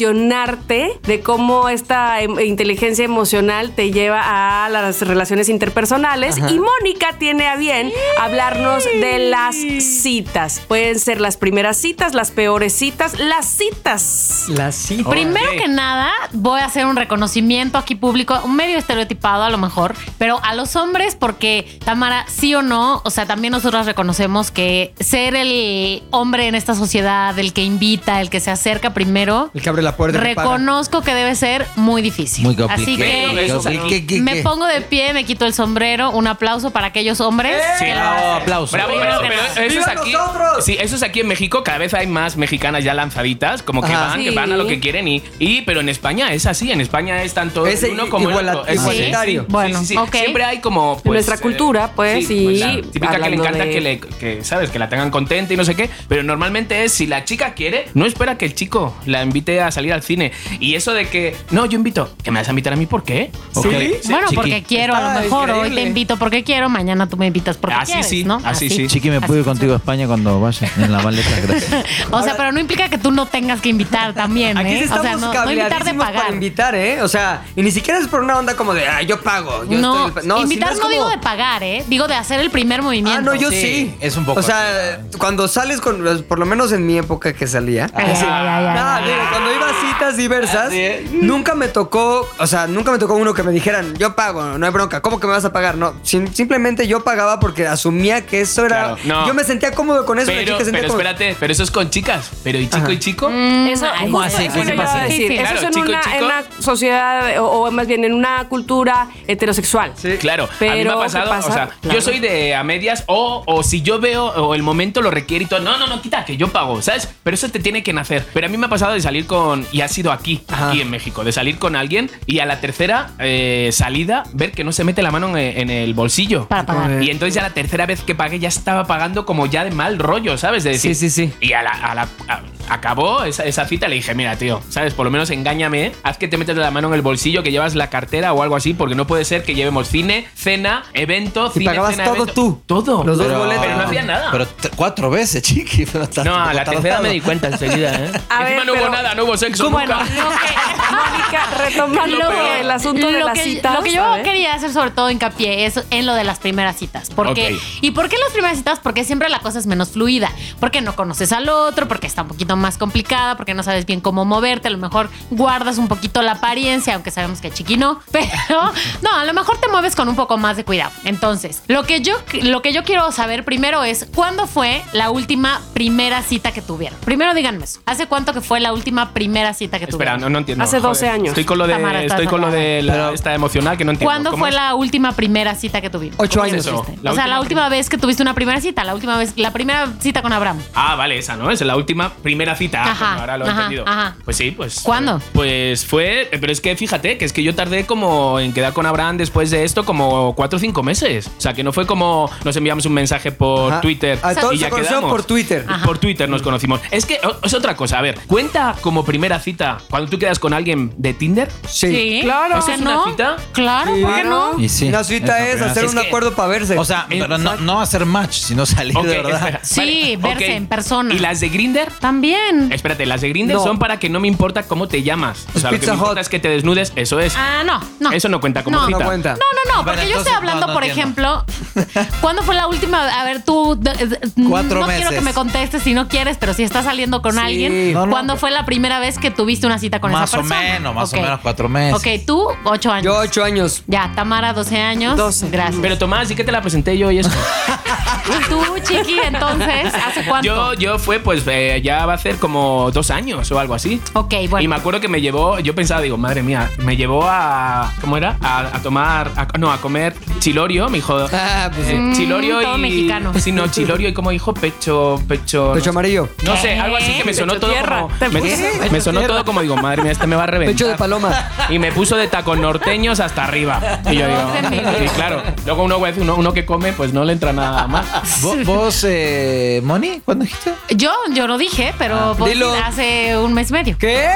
relacionarte, de cómo esta em- inteligencia emocional te lleva a las relaciones interpersonales. Y Mónica tiene a bien hablarnos de las citas. Pueden ser las primeras citas, las peores citas, las citas.
La cita.
Ahora,
Primero
sí.
que nada, voy a hacer un reconocimiento aquí público, un medio estereotipado a lo mejor, pero a los hombres, porque Tamara, sí o no, o sea, también nosotros reconocemos que ser el hombre en esta sociedad, el que invita, el que se acerca primero,
El que abre la puerta. y repara.
reconozco que debe ser muy difícil.
Muy
Así
complicado.
que
Eso,
¿Qué, qué, qué,
me
qué?
pongo de pie, me quito el sombrero, un aplauso para aquellos hombres.
Sí.
que la-
Bravo, aplauso.
Bravo, pero, pero eso es
¡Viva
aquí.
nosotros!
Sí, eso es aquí en México cada vez hay más mexicanas ya lanzaditas, como que
Ajá.
van,
Sí.
que van a lo que quieren y, y pero en España es así, en España es tanto
Es
el uno como el
iguala-
otro. Es así,
igualitario.
Bueno, ok.
Siempre hay como eh,
En nuestra cultura, pues, y
la típica que le
hablando
encanta
de-
que le que sabes que la tengan contenta y no sé qué, pero normalmente es si la chica quiere, no espera que el chico la invite a salir al cine y eso de que no, yo invito, que me vas a invitar a mí, ¿por qué?
Ok. Sí,
Bueno,
chiqui.
porque quiero, a
Está
lo mejor hoy
increíble.
te invito porque quiero, mañana tú me invitas porque
Así
quieres,
sí,
¿no?
así sí.
Chiqui, me puedo ir contigo a España cuando vaya en la maleta, gracias.
O sea, pero no implica que tú no tengas que invitar también,
Aquí sí
¿eh? O
estamos
sea, no, no invitar de
cableadísimos para
pagar.
invitar, ¿eh? O sea, y ni siquiera es por una onda como de, ah, yo pago. Yo
no,
estoy- si
invitar no,
es como-
digo de pagar, ¿eh? Digo de hacer el primer movimiento.
Ah, no, yo sí.
Sí, es un poco
O sea, cuando sales con. Por lo menos en mi época que salía.
Ay,
así,
ay, ay, ay,
no,
ay.
Ah, digo, cuando iba a citas diversas,
Así es.
nunca me tocó. O sea, nunca me tocó uno que me dijeran, yo pago, no hay bronca, ¿cómo que me vas a pagar? No, sin- simplemente yo pagaba porque asumía que eso era.
Claro, no.
Yo me sentía cómodo con eso. la
Pero,
chica se sentía
pero
como-
espérate, pero eso es con chicas, pero y chico
Ajá.
y chico.
Mm,
Eso,
¿Cómo
eso-
así?
eso
¿Qué
le
se
iba a
pasa?
decir.
Sí, sí.
Eso
Claro,
es en,
chico y
una,
chico.
en una sociedad, o, o más bien en una cultura heterosexual.
Claro, a mí me ha
Pero, ¿qué
pasado,
pasa?
o sea,
Claro.
yo soy de a medias o, o si yo veo o el momento lo requiere y todo, no, no, no, quita, que yo pago, ¿sabes? Pero eso te tiene que nacer. Pero a mí me ha pasado de salir con, y ha sido aquí,
Ajá.
aquí en México, de salir con alguien y a la tercera eh, salida ver que no se mete la mano en, en el bolsillo.
Para
Eh.
pagar.
Y entonces ya la tercera vez que pagué ya estaba pagando como ya de mal rollo, ¿sabes? De decir,
Sí, sí, sí.
Y a la, a la- a- acabó esa, esa cita, le dije, mira, tío, ¿sabes? Por lo menos engáñame, haz que te metas la mano en el bolsillo, que llevas la cartera o algo así, porque no puede ser que llevemos cine, cena, evento,
Y
cine,
pagabas
cena,
todo
evento.
tú.
Todo.
Los dos
Pero-
boletos.
Pero no hacía nada.
Pero t- cuatro veces, Chiqui. pero estás
no,
un poco
a la tercera
tardado.
me di cuenta enseguida, ¿eh?
A
Encima
ver,
no hubo
pero-
nada, no hubo sexo
Bueno,
nunca.
lo que- Mónica, retomando
Lo que-
el asunto de
lo
las
que-
citas.
Lo que
a
yo
ver.
quería hacer sobre todo hincapié es en lo de las primeras citas. Porque,
Ok.
¿Y por qué las primeras citas? Porque siempre la cosa es menos fluida. Porque no conoces al otro, porque está un poquito más complicada, porque no sabes bien cómo moverte. A lo mejor guardas un poquito la apariencia, aunque sabemos que chiqui no. Pero no, a lo mejor te mueves con un poco más de cuidado. Entonces, lo que yo, lo que yo quiero saber primero es cuándo fue la última primera cita que tuvieron. Primero díganme eso. ¿Hace cuánto que fue la última primera cita que
Espera,
tuvieron?
no, no entiendo.
Hace 12 años.
Estoy con lo de,
Tamara, estás
estoy con lo de la-
Pero-
esta emocional que no entiendo.
¿Cuándo
¿Cómo
fue
es?
la última primera cita que tuvimos?
Ocho
¿Cómo
años.
se
Eso,
hiciste?
la
o sea, la
última
última vez que tuviste una primera cita, la última vez, la primera cita con Abraham.
Ah, vale, esa, ¿no? Es la última primera cita. Ah,
Ajá,
bueno, ahora lo he
ajá,
entendido.
ajá.
Pues sí, pues.
¿Cuándo?
Pues fue. eh, Pero es que fíjate que es que yo tardé como en quedar con Abraham después de esto como cuatro o cinco meses. O sea, que no fue como nos enviamos un mensaje por
Ajá.
Twitter.
A todos
y ya
Ah, se conocieron
quedamos.
por Twitter.
Ajá.
Por Twitter nos conocimos. Es que o- es otra cosa, a ver, cuenta como primera cita cuando tú quedas con alguien de Tinder.
Sí.
claro.
¿O sea,
¿Eso es una
no?
cita?
Claro,
Sí.
¿por qué no?
Y sí,
Una cita es,
es la primera
hacer
cita.
un
Es que-
acuerdo para verse.
O sea, pero no, no hacer match, sino salir
Ok,
de verdad.
espera,
Sí,
vale,
verse
ok.
en persona.
¿Y las de Grinder?
También.
Espérate, las de Grindr
No.
son para que no me importa cómo te llamas. O sea, lo que
Pizza
me importa
Hut.
es que te desnudes, eso es.
Ah, no, no.
Eso no cuenta como
No, no
cita.
no cuenta.
No, no, no, porque
Bueno,
yo estoy
entonces,
hablando,
no, no
por
entiendo.
ejemplo, ¿cuándo fue la última? A ver, tú. d- d- n-
Cuatro
no quiero
meses.
que me contestes si no quieres, pero si estás saliendo con
Sí.
alguien,
No, no,
¿cuándo
pero-
fue la primera vez que tuviste una cita con
Más
esa
o
persona?
menos, más
Ok.
o menos cuatro meses.
Ok, tú, ocho años.
Yo, ocho años.
Ya, Tamara, 12 años.
12.
Gracias.
Pero Tomás, sí que te la presenté yo y eso.
¿Y tú, Chiqui, entonces, hace cuánto?
yo, yo fue, pues eh, ya va a hacer como dos años o algo así.
Ok, bueno.
Y me acuerdo que me llevó, yo pensaba, digo, madre mía, me llevó a. ¿Cómo era? A, a tomar. a- no, a comer chilorio, me dijo.
Ah, pues sí.
eh, chilorio
Mm, todo
y.
mexicano.
Sí, no, chilorio y como dijo, pecho. Pecho.
Pecho
no sé.
amarillo.
No sé, algo así que me sonó
Pecho
todo
tierra.
como.
Te
Me,
puse-
me sonó todo como digo, madre mía, este me va a reventar.
Ah.
Pecho de paloma.
Y me puso de tacos norteños hasta arriba. Y yo digo,
Dios de mi vida.
y claro, luego uno, uno, uno que come, pues no le entra nada más.
¿Vos, vos, eh, Moni, cuándo dijiste?
Yo, yo lo dije, pero vos
Dilo.
hace un mes y medio.
¿Qué?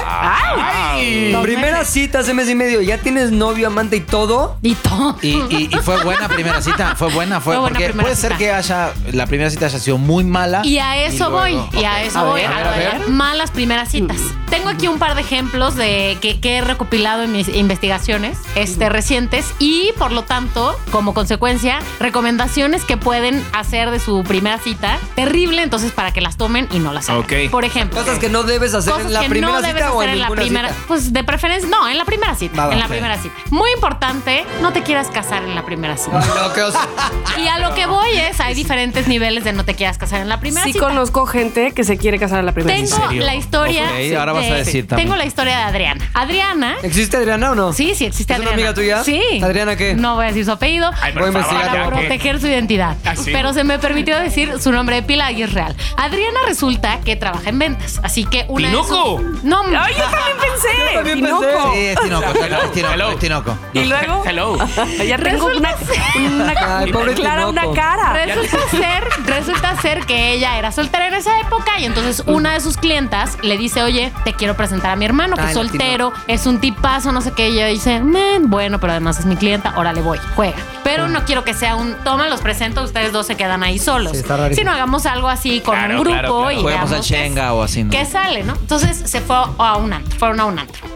¡Ay!
Dos
Primera
meses.
cita hace mes y medio. Ya tienes novio, amante y todo.
Y todo.
Y, y- y fue buena primera cita, fue buena, fue,
Fue buena
porque
primera
puede ser
cita.
que haya la primera cita haya sido muy mala.
Y a eso
luego-
voy, y a eso
A
voy,
ver,
a
a
lo
ver,
de
a ver.
malas primeras citas. Tengo aquí un par de ejemplos de que, que he recopilado en mis investigaciones este, recientes y, por lo tanto, como consecuencia, recomendaciones que pueden hacer de su primera cita terrible, entonces para que las tomen y no las hagan.
Ok.
Por ejemplo,
Cosas que no debes hacer
cosas
en la
que
primera
no debes
cita o
hacer
en
en la
ninguna
primera
cita.
pues de preferencia no en la primera cita
Va, va,
en la
ok.
primera cita muy importante no te quieras casar en la primera cita
Ay, no, qué oso.
Y a lo que voy es, hay diferentes niveles de no te quieras casar en la primera
Sí
cita.
conozco gente que se quiere casar a la primera. cita.
Tengo
serio?
la historia.
Ok, ahora vas a
de-
decir también.
Tengo la historia de Adriana. Adriana.
¿Existe Adriana o no?
Sí, sí, existe
¿Es una
Adriana.
amiga tuya?
Sí.
¿Adriana qué?
No voy a decir su apellido.
Ay, por
Voy
favor,
a investigar.
para
ya que-
proteger su identidad.
Ah, sí.
Pero se me permitió decir su nombre de pila y es real. Adriana resulta que trabaja en ventas. Así que una. de
¡Tinoco!
sus- No,
¡Ay, yo también pensé!
Yo también
Tinoco.
pensé.
Sí, es Tinoco, es Tinoco,
hello.
es Tinoco.
¿Y luego?
Hello.
Ya tengo una,
Resulta
una-
Ay, pobre
clara
Tinoco.
una cara.
Resulta ser, resulta ser que ella era soltera en esa época y entonces una de sus clientas le dice, oye, te quiero presentar a mi hermano que
Ay,
es
la
soltero, es un tipazo, no sé qué. Y ella dice, "Men, bueno, pero además es mi clienta, ahora le voy, juega. Pero no quiero que sea un, toma, los presento, ustedes dos se quedan ahí solos.
Sí, está rarísimo.
Si no, hagamos algo así con
Claro,
un grupo
claro, claro.
y
Juguemos a
veamos qué-
Chenga o así, ¿no?
qué sale, ¿no? Entonces se fue a un antro, fueron a un antro.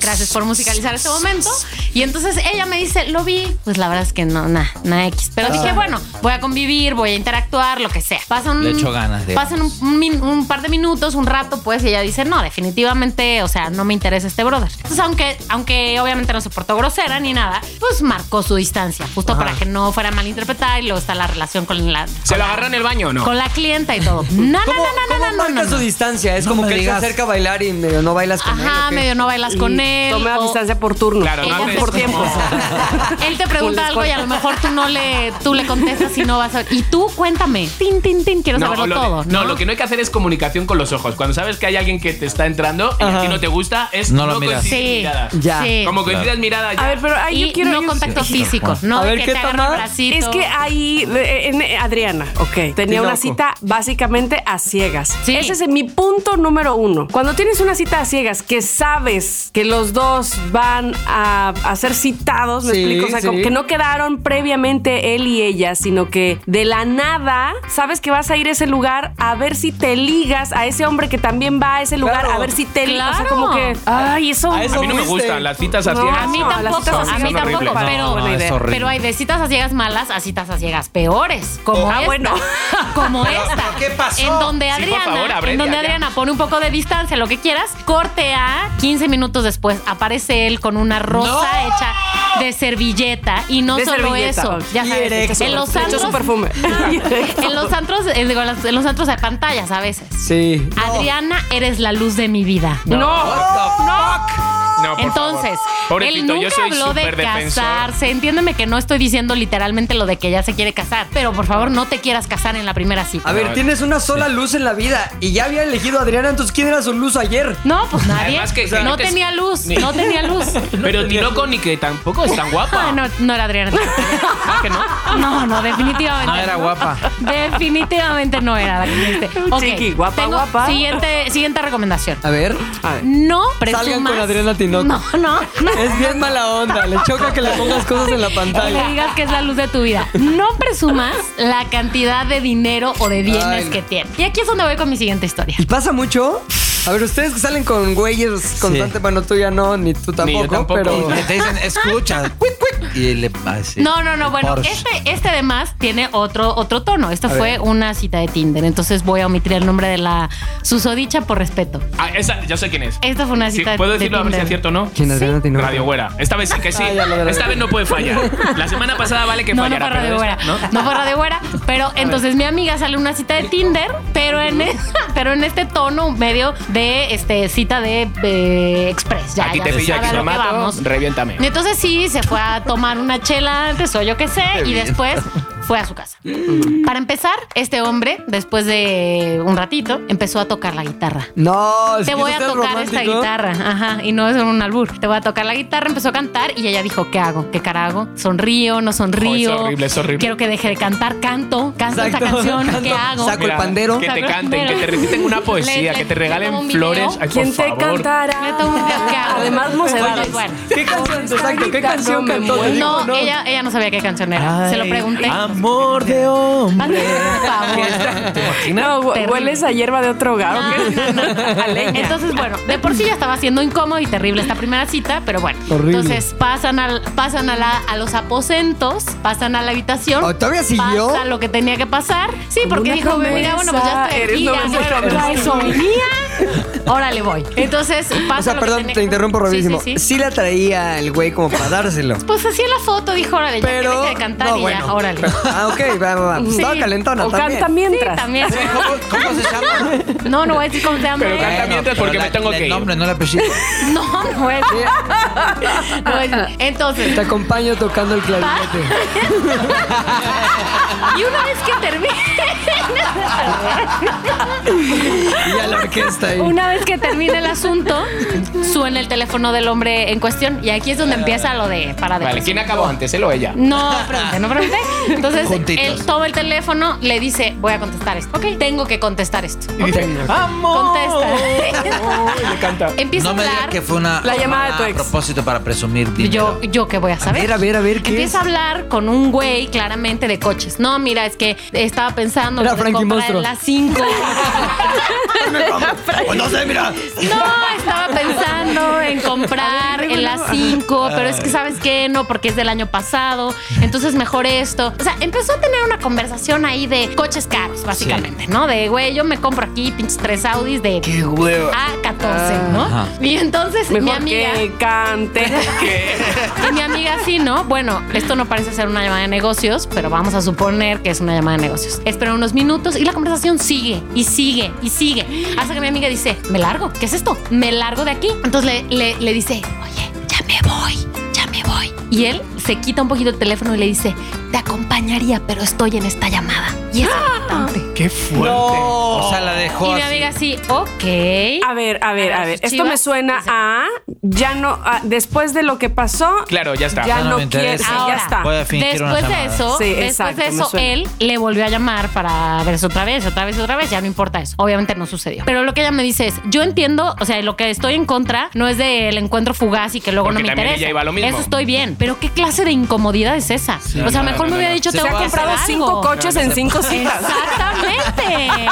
Gracias por musicalizar este momento. Y entonces ella me dice, lo vi. Pues la verdad es que no, nada, nada X. Pero dije, bueno, voy a convivir, voy a interactuar, lo que sea. Pasan,
Le echo ganas, digamos.
pasan un, un min- un par de minutos, un rato, pues, y ella dice, no, definitivamente, o sea, no me interesa este brother. Entonces, aunque, aunque obviamente no se portó grosera ni nada, pues marcó su distancia, justo para que no fuera malinterpretada y luego está la relación con la,
¿Se lo agarra en el baño o no?
con la clienta y todo. No, no,
¿Cómo,
no,
cómo
no, no, no,
marca
no,
su
no.
distancia? Es
No
como
me
que él se
digas.
acerca a bailar y medio no bailas con él.
Ajá,
¿o qué?
medio no bailas con él.
Toma
o-
distancia por turno.
Claro, no
Ella
haces
por tiempo.
como-
Él te pregunta
Con-
algo y a lo mejor tú no le, tú le contestas y no vas a. Y tú cuéntame. Tin, tin, tin, quiero
o
saberlo
lo de-
todo.
no, lo que no hay que hacer es comunicación con los ojos. Cuando sabes que hay alguien que te está entrando y a ti no te gusta, es
No
no,
lo miras.
coincidir
Sí.
miradas.
Ya.
Sí.
Como coincidas miradas ya.
A ver, pero ahí
y
yo quiero.
no
yo-
contacto físico. No,
A
de
ver,
que
¿qué
te agarre
toma?
el bracito.
Es que ahí, eh, en- eh, Adriana, ok, tenía
Tinoco.
una cita básicamente a ciegas.
Sí.
Ese es mi punto número uno. Cuando tienes una cita a ciegas que sabes que los dos van a, a ser citados, me
Sí,
explico, o sea,
sí.
como que no quedaron previamente él y ella, sino que de la nada sabes que vas a ir a ese lugar a ver si te ligas a ese hombre que también va a ese lugar,
Claro.
a ver si te ligas. O sea,
Claro.
como que, ay, eso...
A
a mí no me
fuiste.
gustan las citas a
No,
ciegas.
A mí
No, las
tampoco,
citas
a mí
son horribles.
tampoco, pero,
No, no, es horrible.
pero hay de citas a ciegas malas a citas a ciegas peores, como
Ah,
esta,
bueno.
como esta,
¿qué pasó?
en donde
Sí, por
Adriana,
favor, abre
en donde
ya, ya.
Adriana pone un poco de distancia, lo que quieras, corte a 15 minutos después aparece él con una rosa
No.
hecha de servilleta y no
De
solo
servilleta,
eso,
ok.
ya
Y
sabes, este,
erecto.
en los
Le echó
santos,
su perfume.
en los antros, eh, digo, en los- en los antros de pantallas a veces.
Sí.
Adriana, eres la luz de mi vida.
No,
No, por
Entonces,
favor.
él
Pobrecito,
nunca
yo soy
habló de
súper defensor.
casarse. Entiéndeme que no estoy diciendo literalmente lo de que ya se quiere casar, pero por favor no te quieras casar en la primera cita.
A ver, tienes una sola luz en la vida y ya había elegido a Adriana, entonces ¿quién era su luz ayer?
No, pues nadie.
Además que-
no
que-
tenía luz,
Ni-
no tenía luz.
Pero Tinoco ni que tampoco es tan guapa.
Ah, no, no era Adriana.
que no?
No, no, definitivamente.
No era guapa.
Definitivamente no era la cliente. Ok,
Chiqui, guapa,
tengo
guapa.
Siguiente, siguiente recomendación.
A ver.
A ver.
No presumas.
Salgan con Adriana Tinoco.
No, no, no.
Es bien mala onda, le choca que le pongas cosas en la
Que le
pantalla.
digas que es la luz de tu vida. No presumas la cantidad de dinero o de bienes
Ay, no.
que tienes. Y aquí es donde voy con mi siguiente historia.
¿Y pasa mucho? A ver, ustedes que salen con güeyes constante, bueno, tú ya no, ni tú tampoco,
tampoco.
pero...
Y te dicen, escucha, cuic, cuic, y le pase.
No, no, no. Bueno,
Porsche.
este, este además tiene otro, otro tono. Esta
ver.
fue una cita de Tinder. Entonces voy a omitir el nombre de la susodicha por respeto.
Ah, esa, ya sé quién es.
Esta fue una
Sí,
cita
¿Puedo
de
decirlo a ver si
Tinder.
es cierto o no?
¿Quién Adriana Tinoco?
Radio Güera. Esta vez sí que sí.
Ah, ya lo de Radio
Esta vez no puede fallar. La semana pasada vale que
no,
fallara.
no fue Radio
pero
Güera.
esta-
¿no? fue Radio Güera. Pero entonces mi amiga sale a una cita de Tinder, pero en, e- pero en este tono medio de este, cita de eh, Express. Ya,
Aquí
ya
te
se
pillo,
sabe
aquí
a
te
lo que
mato.
vamos.
Reviéntame.
Y entonces sí, se fue a tomar una chela antes o yo qué sé, y
bien.
después fue a su casa. Para empezar, este hombre, después de un ratito, empezó a tocar la guitarra.
No, si
Te voy a
estás
tocar esta
romántico.
guitarra, ajá, y no es un albur. Te voy a tocar la guitarra, empezó a cantar y ella dijo, ¿qué hago? ¿Qué cara hago? ¿Sonrío? ¿No sonrío?
horrible, es horrible.
Quiero que deje de cantar, canto, canto
Exacto,
esta canción,
canto,
¿qué hago?
saco- el pandero.
Que te
Saco el
canten, que
pandero.
te reciten una
Le-
poesía,
le-
que te
le tomo
regalen
un
flores.
video.
Ay,
¿Quién
por
te
favor.
Me
cantará?
tomo un video, ¿qué hago?
Además, mocedades.
Oye, bueno.
¿Qué canción? Exacto, ¿qué canción
me
cantó?
muero.
No, Ella, ella no sabía qué canción era. Se lo
Ay,
pregunté.
Amor de hombre.
Hazme un favor.
No, hue-
Terrible.
hueles a hierba de otro hogar. ¿o qué?
Ah,
No, no, no.
A leña.
Ah, Entonces, bueno, de por sí ya estaba siendo incómodo y terrible esta primera cita, pero bueno.
Horrible.
Entonces pasan, al, pasan a, la- a los aposentos, pasan a la habitación.
¿Oh, ¿Todavía siguió?
Pasa lo que tenía que pasar. Sí, porque
una
dijo,
promesa,
mira, bueno, pues ya estoy
eres
aquí, ya
noventa y
muero,
nueve.
traes hoy día, Órale, voy. Entonces, pasa.
O sea,
lo que
perdón,
tenía
te
que-
interrumpo
Sí,
rapidísimo. Sí,
sí, sí.
la traía el güey como para dárselo.
Pues hacía la foto, dijo, órale, ya que
Pero.
deje de cantar
no,
y
bueno.
ya, órale.
Ah, ok, va, va, va. Pues
Sí.
Estaba calentona
O
también.
canta mientras.
Sí, también.
¿Cómo, cómo se llama?
No, no voy a decir cómo se llama.
Pero canta mientras porque
Pero
me
la-
tengo que
El
ir.
nombre, no el apellido.
No, no es. No es. Entonces,
Te acompaño tocando el clarinete.
y una vez que termine,
Y ya la orquesta ahí.
una vez que termine el asunto, suena el teléfono del hombre en cuestión y aquí es donde empieza lo de para de
Vale, ¿quién acabó antes, él o ella?
No pregunté, no pregunté. Entonces,
Juntitos.
él toma el teléfono, le dice, voy a contestar esto. Ok, tengo que contestar esto.
Y dice,
Oh.
¡Vamos!
Contesta.
Y le canta.
Empieza
No
a
me
hablar.
digas que fue una.
La llamada de tu ex.
A propósito para presumir dinero.
Yo, yo qué voy a
A
saber.
ver, a ver, a ver, ¿qué
Empieza a
es?
hablar con un güey claramente de coches. No, mira, es que estaba pensando
Era
en
Frankie
comprar
Monstruo.
la 5.
Oh, no sé, mira.
No, estaba pensando en comprar en la 5, pero es que sabes qué, no, porque es del año pasado, entonces mejor esto. O sea, empezó a tener una conversación ahí de coches caros, básicamente, ¿no? De, güey, yo me compro aquí pinches tres Audis de
Qué huevo.
A14, ¿no?
Ajá.
Y entonces mi
Mejor
amiga... Pues
que cante.
Y mi amiga sí, ¿no? Bueno, esto no parece ser una llamada de negocios, pero vamos a suponer que es una llamada de negocios. Espera unos minutos y la conversación sigue y sigue y sigue. Hasta que mi amiga dice, me largo, ¿qué es esto? Me largo de aquí. Entonces le, le- le dice, oye, ya me voy, ya me voy. Y él se quita un poquito el teléfono y le dice, te acompañaría, pero estoy en esta llamada. Y es importante.
¡Qué fuerte!
O sea, la dejó.
Y mi
así.
amiga sí, ok.
A ver, a ver, a
A
ver.
sus
Esto me
chivas, pues,
suena
dice.
a ya no a- después de lo que pasó.
Claro, ya está.
Ya
no
no,
me
quiere,
interesa.
ya
Ahora.
está.
Voy a fingir una
después de
llamada.
eso,
Sí,
después
exacto,
de
me
eso,
suena.
él le volvió a llamar para verse otra vez, otra vez, otra vez. Ya no importa eso. Obviamente no sucedió. Pero lo que ella me dice es, yo entiendo, o sea, lo que estoy en contra no es del encuentro fugaz y que luego
Porque
no me
también
interesa.
ella iba a lo mismo.
Eso estoy bien. Pero qué clase de incomodidad es esa. o sea,
no, no,
mejor
no,
me hubiera
no.
dicho,
Se
te
Se
voy
ha
a comprar
comprado cinco coches en cinco citas.
Exactamente.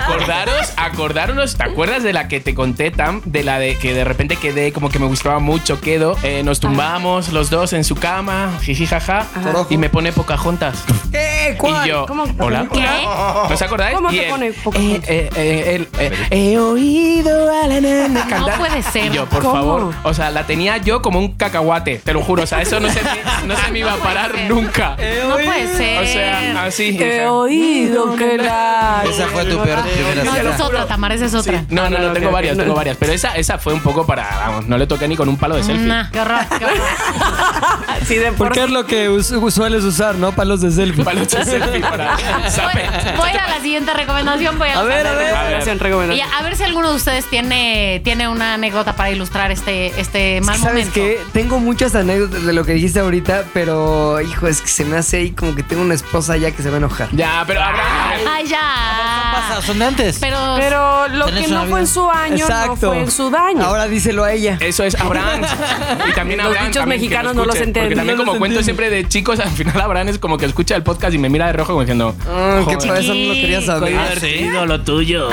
Acordaros, acordaros, ¿te acuerdas de la que te conté, Tam? De la de que de repente quedé, como que me gustaba mucho, quedo, eh, nos tumbamos los dos en su cama, jiji, jaja, y me pone Pocahontas.
¿Qué? ¿Cuál?
Y yo,
¿Cómo?
¿hola?
¿Qué?
¿No os acordáis?
¿Cómo
Y
te
él,
pone
eh,
Pocahontas?
eh, eh, él, eh, He oído a la nana cantar.
puede ser.
Y yo, por
¿Cómo?
favor. O sea, la tenía yo como un cacahuate, te lo juro. O sea, eso no se me, no se me iba a
No puede
parar
ser. Eh,
nunca.
No puede ser.
O sea, así. o
He
sea,
oído que la.
Esa fue tu peor primera
no, esa es
cita.
otra, Tamara, esa es otra.
sí. No, no, no, tengo varias, tengo varias. Pero esa, esa fue un poco para, vamos, no le toqué ni con un palo de selfie.
Nah, qué horror, qué horror.
Sí, de por
Porque es lo que us- sueles usar, ¿no? Palos de selfie.
Palo de selfie para
Voy,
saber.
voy a ir a la siguiente recomendación. Voy a,
A ver, a ver.
recomendación, recomendación.
Y a a ver si alguno de ustedes tiene, tiene una anécdota para ilustrar este, este
Es que,
mal
¿Sabes
momento.
qué? Tengo muchas anécdotas de lo que dijiste ahorita, pero hijo, es que se me hace ahí como que tengo una esposa ya que se va a enojar.
Ya, pero habrá.
Ay, ya.
Pasa, son de antes.
Pero,
Pero lo
Tenés
que
una
no fue
vida.
en su año, no fue en su daño.
Ahora díselo a ella.
Eso es Abraham. Y también
Los
Abraham.
dichos
también, que
mexicanos
lo
no los
escuche,
entienden,
Porque también,
no los
como cuento
entienden.
siempre de chicos, al final Abraham es como que escucha el podcast y me mira de rojo como diciendo.
Ah, que
"Joder".
para eso no lo quería saber.
Ah, sí.
lo tuyo.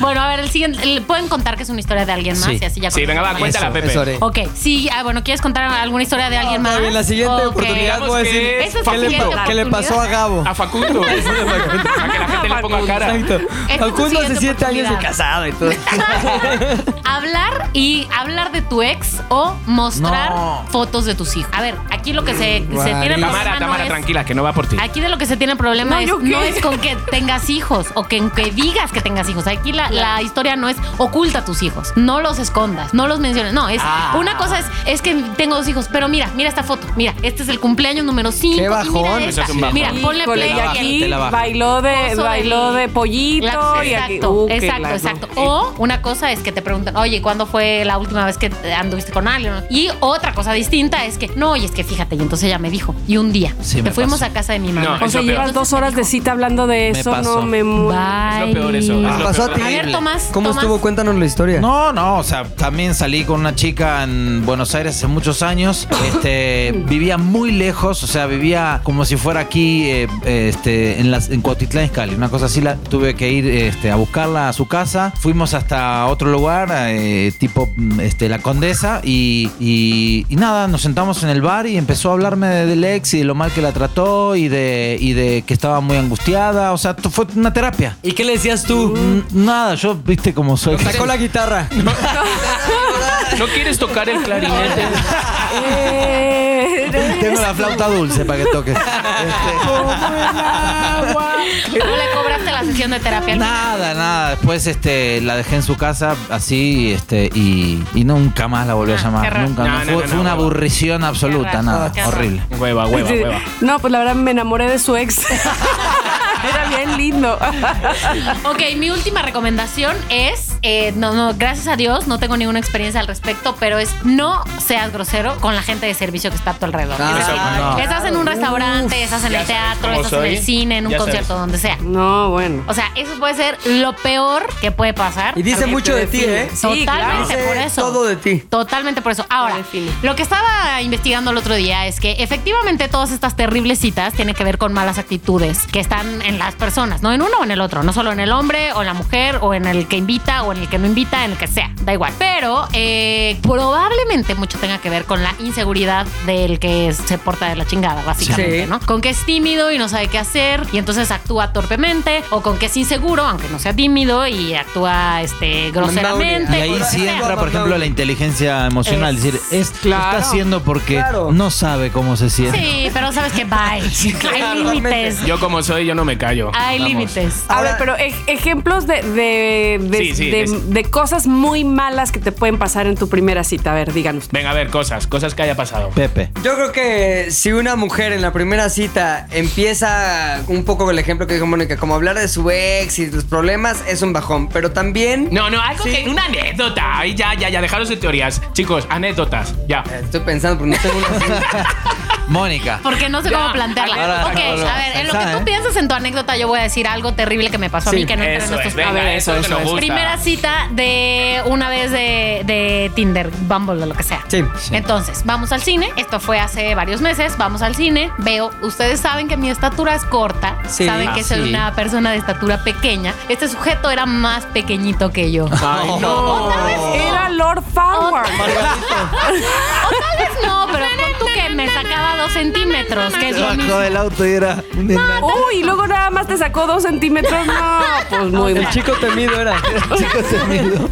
bueno, a ver, el siguiente. el- ¿Pueden contar que es una historia de alguien más?
Sí.
Y así ya
Sí, venga, va,
conocemos.
cuéntala,
Eso,
Pepe.
eso haré.
Ok, sí, ah, bueno, ¿quieres contar alguna historia de alguien más?
Pero En la siguiente
Ok.
oportunidad voy a
Digamos
decir
que
Esa es
qué
la
le,
siguiente
qué le pasó a Gabo.
A Facundo. Para que la gente le ponga cara.
Exacto.
es tu
Facundo hace
siguiente
siete años de
oportunidad.
casado y todo.
Hablar y hablar de tu ex o mostrar
No.
fotos de tus hijos. A ver, aquí lo que se, se
Guau.
tiene problema
Tamara,
no
Tamara,
es-
tranquila, que no va por ti.
Aquí de lo que se tiene problema
No,
es,
¿yo qué?
no es con que tengas hijos o que, que digas que tengas hijos. Aquí la, la historia no es oculta a tus hijos, no los escondas, no los menciones. No, es
Ah.
una cosa es, es que tengo dos hijos, pero mira, mira esta foto. Mira, este es el cumpleaños número 5.
Qué bajón.
Mira,
Eso es un
esta.
bajón.
Mira, ponle
Híjole,
play.
y aquí
Te la bajo.
bailó de,
Oso
bailó
del-
de pollito
La-
y aquí.
exacto,
Uh, qué
exacto,
claro.
exacto. O una cosa es que te preguntan, oye, ¿cuándo fue la última vez que te anduviste con alguien? Y otra cosa distinta es que, no, y es que fíjate, y entonces ella me dijo, y un día,
Sí, me
te fuimos
pasó.
a casa de mi mamá.
No,
O sea,
Eso
llevas
peor.
dos horas de cita hablando de
Me
eso,
pasó.
no me muero.
Es lo peor eso.
Bye.
es lo
Pasó
peor.
A ver, Tomás.
¿Cómo
Tomás.
estuvo? Cuéntanos la historia.
No, no, o sea, también salí con una chica en Buenos Aires hace muchos años. Este, vivía muy lejos, o sea, vivía como si fuera aquí eh, este, en, las, en Cuautitlán, Cali, una cosa así. La, tuve que ir este, a buscarla a su casa. Fuimos hasta otro lugar, eh, tipo mm, este, La Condesa, y, y- y nada, nos sentamos en el bar y empezó a hablarme de- del ex y de lo mal que la trató y de, y de que estaba muy angustiada. O sea, t- fue una terapia.
¿Y qué le decías tú?
N- Nada, yo, viste como soy.
Sacó la guitarra.
¿No quieres tocar el clarinete?
Eh,
Tengo la flauta dulce para que Este, toques.
Ah.
¿No le cobraste la sesión de terapia?
nada, nada. Después este, la dejé en su casa así este, y, y nunca más la volví a
Ah, qué
llamar.
raro.
Nunca.
No,
no,
no,
fue
no,
fue
no,
una
no.
aburrición absoluta,
raro,
nada.
qué raro.
Horrible.
Hueva, hueva,
sí.
hueva.
No, pues la verdad me enamoré de su ex. Era bien lindo.
Ok, mi última recomendación es, eh, no, no, gracias a Dios, no tengo ninguna experiencia al respecto, pero es no seas grosero con la gente de servicio que está a tu alrededor.
Ah,
estás,
no.
estás en un restaurante, estás en
ya
el
sabes
teatro,
cómo
estás en el
soy.
cine, en un
Ya
concierto,
sabes.
donde sea.
No, bueno.
O sea, eso puede ser lo peor que puede pasar.
Y dice mucho de ti, ¿eh?
Sí, claro.
Totalmente por eso.
todo de ti.
Totalmente por eso. Ahora,
define.
lo que estaba investigando el otro día es que efectivamente todas estas terribles citas tienen que ver con malas actitudes que están en las personas, no en uno o en el otro, no solo en el hombre o en la mujer o en el que invita o en el que no invita, en el que sea, da igual. Pero eh, probablemente mucho tenga que ver con la inseguridad del que se porta de la chingada, básicamente,
Sí.
¿no? Con que es tímido y no sabe qué hacer y entonces actúa torpemente o con que es inseguro, aunque no sea tímido y actúa este, groseramente.
Y
o
ahí
lo que
sí
sea.
entra, por ejemplo, la inteligencia emocional. Es decir, es,
Claro.
lo está haciendo porque
Claro.
no sabe cómo se siente.
Sí, pero sabes que bye. Hay límites.
Yo como soy, yo no me callo.
Ah.
Hay
Vamos.
límites.
A
Ahora-
ver, pero ej- ejemplos de, de, de,
Sí, sí,
de-
es-
de cosas muy malas que te pueden pasar en tu primera cita. A ver, díganos.
Venga, a ver, cosas, cosas que haya pasado.
Pepe.
Yo creo que si una mujer en la primera cita empieza un poco con el ejemplo que dijo Mónica, como hablar de su ex y los problemas, es un bajón. Pero también.
No, no, algo
Sí.
que. Una anécdota. Ay, ya, ya, ya. Dejaros de teorías. Chicos, anécdotas. Ya.
Estoy pensando, porque no tengo una cita.
Mónica.
Porque no sé
Ya,
cómo plantearla.
ahora,
ok,
ahora,
a ver, en lo que
pensá,
tú
¿eh?
piensas en tu anécdota, yo voy a decir algo terrible que me pasó a mí que no entra en
Eso
estos
es. Venga,
A ver,
eso,
eso,
es lo que nos
eso.
gusta.
Primera cita de una vez de, de Tinder, Bumble, de lo que sea.
Sí.
Sí.
Entonces, vamos al cine. Esto fue hace varios meses. Vamos al cine. Veo, ustedes saben que mi estatura es corta.
Sí.
saben
Ah,
que soy
sí.
una persona de estatura pequeña. Este sujeto era más pequeñito que yo.
Ay, no.
Era Lord Power.
O tal vez no, pero pon tú que me sacaba dos centímetros, que es lo mismo.
Bajó del auto y era un enano.
Uy, y luego nada más te sacó dos centímetros. No, pues muy
El
mal.
chico temido era.
Chicos, se me dio.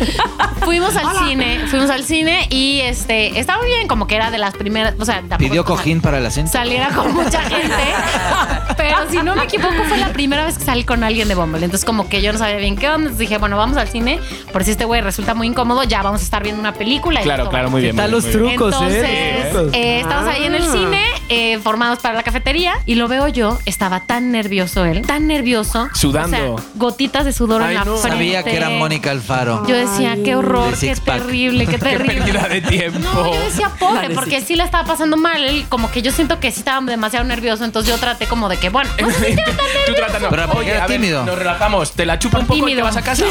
Fuimos al cine, fuimos al cine y este estaba bien, como que era de las primeras, o sea, tampoco-
Pidió
o sea,
cojín para el asiento.
Saliera con mucha gente, pero si no me equivoco fue la primera vez que salí con alguien de Bumble, entonces como que yo no sabía bien qué onda, entonces dije, bueno, vamos al cine, por si este güey resulta muy incómodo, ya vamos a estar viendo una película. y
Claro,
esto va.
claro, muy bien.
Están
muy
los
bien, muy bien.
trucos, Ah.
Entonces,
¿eh?
eh, estamos ahí en el cine, eh, formados para la cafetería, y lo veo yo, estaba tan nervioso él, tan nervioso.
Sudando.
O sea, gotitas de sudor
Ay,
en la
no.
frente.
Sabía que era Mónica Alfaro.
Yo decía, qué horror,
De
qué
six pack.
terrible, qué
Qué
terrible.
pérdida de tiempo.
No,
Oh.
yo decía
La
pobre,
de
porque sí la estaba pasando mal. Él, como que yo siento que sí estaba demasiado nervioso, entonces yo traté como de que, bueno, no sé si estaba tan
Tú tratando.
Pero porque
Oye,
era
a ver,
tímido.
nos relajamos. Te la chupa un poco y te
tímido.
vas a casa.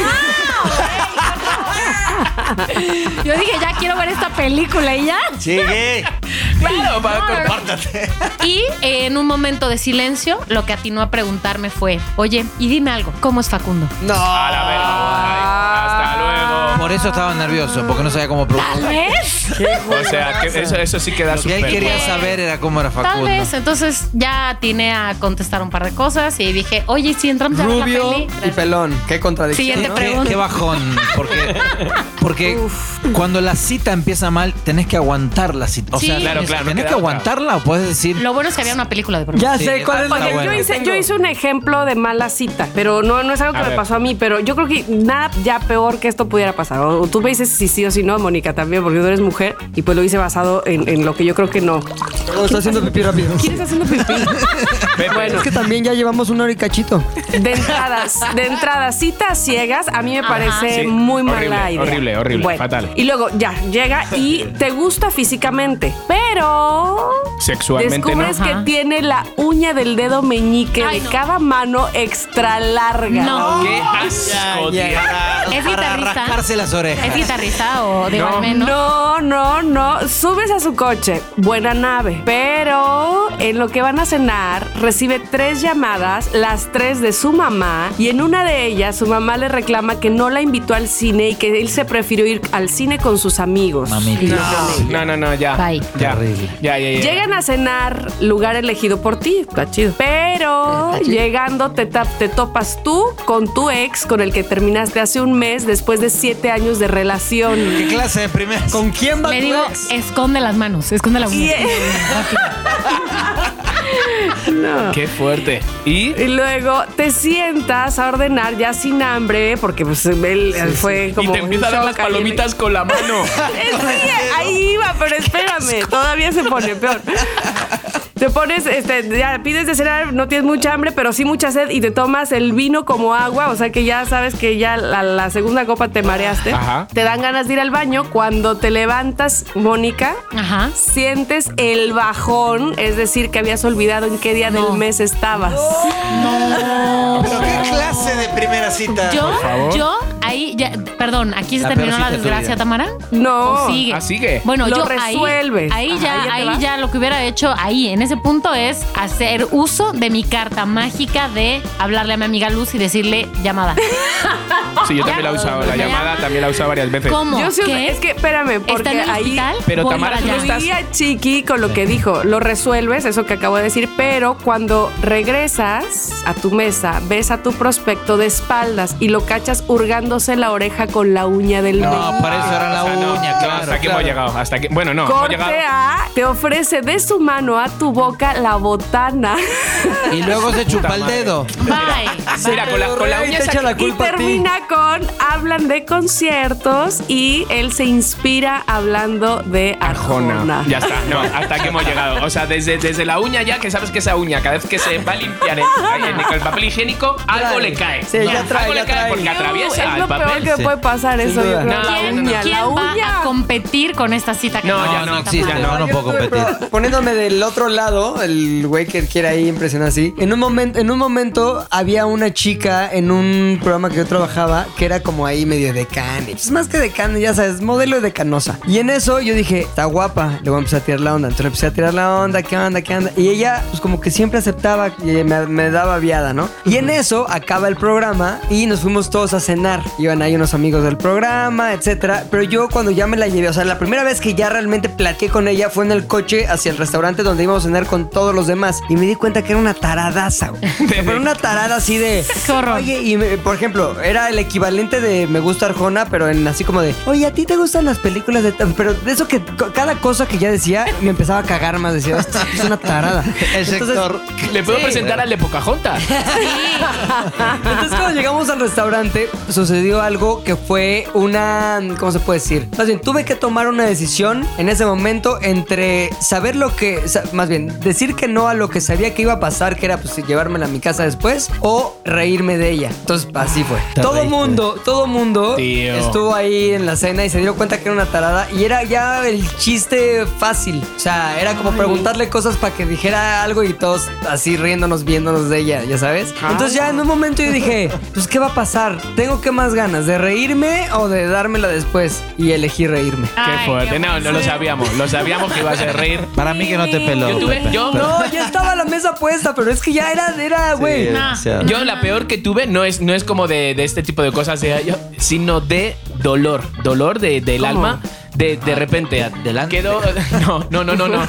nervioso. Yo dije, ya quiero ver esta película y ya.
Llegué.
claro, para
Y eh, en un momento de silencio, lo que atinó a preguntarme fue, oye, y dime algo, ¿cómo es Facundo?
No.
A la verga.
Por eso estaba nervioso, porque no sabía cómo
Tal
preguntar.
vez.
Hasta luego. O sea, que eso, eso sí queda
Lo que él
súper.
quería
bueno.
saber era cómo era
Tal
Facundo.
vez. Entonces ya atiné a contestar un par de cosas y dije, oye, ¿y si entramos a ver la
Rubio
peli?
y pelón. Qué contradicción.
Siguiente
¿no?
pregunta.
Qué, qué bajón. Porque, porque cuando la cita empieza mal, tenés que aguantar la cita. O
Sí.
sea,
Claro,
tenés-
claro, no
tenés
queda
que
otra.
aguantarla o puedes decir.
Lo bueno es que había una película de pronto.
Ya
Sí,
sé cuál es
está
la
Oye,
bueno.
Ah, yo, hice, yo
Tengo.
hice un ejemplo de mala cita, pero no, no es algo que
A
me
ver.
pasó a mí, pero yo creo que nada ya peor que esto pudiera pasar. sea, o, o tú me dices si sí o si no, Mónica, también, porque tú eres mujer y pues lo hice basado en, en lo que yo creo que no.
Perdón, estoy haciendo pipí rápido.
¿Quién está haciendo pipí? bueno,
Es que también ya llevamos una hora y cachito.
de entradas, de entradas, citas ciegas, a mí me parece
Sí,
muy mala
horrible,
idea.
horrible, horrible, fatal.
Y luego ya llega y te gusta físicamente, pero
Sexualmente no.
descubres
no.
que
Ajá.
tiene la uña del dedo meñique
Ay,
de
no.
cada mano extra larga.
No.
¡Qué asco, tío!
Ya, ya,
Es
Para
guitarrista.
rascarse las orejas.
¿Es guitarrista o de
No.
Balmain, no?
No, no, no. Subes a su coche, buena nave. Pero en lo que van a cenar, recibe tres llamadas, las tres de su mamá. Y en una de ellas, su mamá le reclama que no la invitó al cine y que él se prefirió ir al cine con sus amigos.
Mamita.
Y no con ella.
No, no, no, ya.
Bye.
Ya.
Terrible.
Ya, ya, ya.
Llegan a cenar, lugar elegido por ti. Está chido. Pero llegando te, tap- te topas tú con tu ex, con el que terminaste hace un mes después de siete años de relación.
¿Qué clase de primer?
¿Con quién va
Le
tu
digo,
ex?
esconde las manos, esconde la uña.
Y-
Qué fuerte. Y
Y luego te sientas a ordenar ya sin hambre, porque pues él fue como.
y te
un
empieza a dar
shock
las
ahí en el-
palomitas con la mano.
Eh, sí, ahí iba, pero espérame, todavía se pone peor. Te pones, este, ya pides de cenar, no tienes mucha hambre, pero sí mucha sed y te tomas el vino como agua, o sea que ya sabes que ya la, la segunda copa te mareaste.
Ajá.
Te dan ganas de ir al baño. Cuando te levantas, Mónica,
Ajá.
sientes el bajón, es decir, que habías olvidado en qué día
No.
del mes estabas.
¿Pero qué clase de primera cita?
Yo,
favor.
yo, ahí, ya, perdón, aquí se
La
terminó
peor
la
cita de tu
desgracia,
vida.
Tamara.
No.
¿O sigue?
Ah, sigue.
Bueno,
Lo
yo
resuelves.
ahí, ahí
Ajá,
ya,
ya te
ahí
vas.
ya lo que hubiera hecho ahí, en ese punto es hacer uso de mi carta mágica de hablarle a mi amiga Luz y decirle llamada.
Sí, yo también la he usado. La
Me
llamada
llama.
también la he usado varias veces.
¿Cómo?
Yo sí,
¿Qué?
es que espérame, porque
¿Está en el
ahí
hospital?
Pero
Voy
Tamara,
para
tú
allá.
estás-
Fui a Chiqui con lo que dijo, lo resuelves, eso que acabo de decir, pero cuando regresas a tu mesa, ves a tu prospecto de espaldas y lo cachas hurgándose la oreja con la uña del
No,
dedo.
para eso era la
Ah, O sea, no,
uña,
no,
claro.
Hasta aquí
claro.
hemos llegado. Hasta aquí. Bueno, no, hemos
Corte
llegado.
A, te ofrece de su mano a tu boca la botana
Y luego se chupa el
madre.
dedo.
Bye.
Mira, con la, con la uña
te echa la
y
culpa a ti.
termina con hablan de conciertos y él se inspira hablando de Arjona.
Arjona. Ya está, no, hasta aquí hemos llegado. O sea, desde, desde la uña ya, que sabes que esa uña, cada vez que se va a limpiar el, el- con el papel higiénico, algo
Trae.
le cae.
Sí, ya trae,
algo
ya
le cae
trae.
porque
Uh,
atraviesa
es
el
lo peor
papel.
que
sí.
puede pasar
Sin
eso, yo
duda.
creo,
No,
la
¿Quién,
uña,
quién
la
va
uña.
a competir con esta cita? que
No,
tenemos?
ya no
Está
existe,
mal.
no, no puedo competir.
Pero Poniéndome del otro lado, el güey que quiere ahí impresionar así. En un momento, en un momento había una chica en un programa que yo trabajaba que era como ahí medio de cane. Es más que de cane, ya sabes, modelo de canosa. Y en eso yo dije, está guapa, le voy a empezar a tirar la onda. Entonces le empecé a tirar la onda, qué onda, qué onda. Y ella, pues como que siempre aceptaba y me, me daba viada, ¿no? Y en eso acaba el programa y nos fuimos todos a cenar. Iban ahí unos amigos del programa, etcétera. Pero yo cuando ya me la llevé, o sea, la primera vez que ya realmente platiqué con ella fue en el coche hacia el restaurante donde íbamos a cenar con todos los demás. Y me di cuenta que era una taradaza, güey. Pero una tarada así de.
Qué horror.
Oye, y me- por ejemplo, era el equivalente de Me gusta Arjona, pero en así como de, oye, ¿a ti te gustan las películas de.? ta-?" Pero de eso que co- cada cosa que ya decía me empezaba a cagar más. Decía, "Esta es una tarada.
El sector.
Le puedo presentar al de Pocahontas.
Entonces cuando llegamos al restaurante sucedió algo que fue una, ¿cómo se puede decir? Más bien, tuve que tomar una decisión en ese momento entre saber lo que, sa- más bien, decir que no a lo que sabía que iba a pasar, que era pues llevármela a mi casa después, o reírme de ella. Entonces así fue.
Te
Todo
reíste.
mundo, todo mundo
Tío.
estuvo ahí en la cena y se dio cuenta que era una tarada y era ya el chiste fácil. O sea, era como preguntarle cosas para que dijera algo y todos así riéndonos, viéndonos de ella, ya sabes. Entonces ya en un momento yo dije, pues ¿qué va a pasar? ¿Tengo que más ganas? ¿De reírme o de dármela después? Y elegí reírme.
Ay,
Qué fuerte. No, no lo
fuerte.
sabíamos. Lo sabíamos que iba a ser reír.
Para mí que no te peló.
Yo tuve-
Pepe.
yo-
Pero-
No, ya estaba la mesa puesta, pero es que ya era, era, güey.
Sí,
No,
demasiado.
Yo la peor que tuve no es, no es como de, de este tipo de cosas, de, ay, yo- sino de dolor. Dolor de- del alma. de, de repente
Adelante.
quedó no no no no no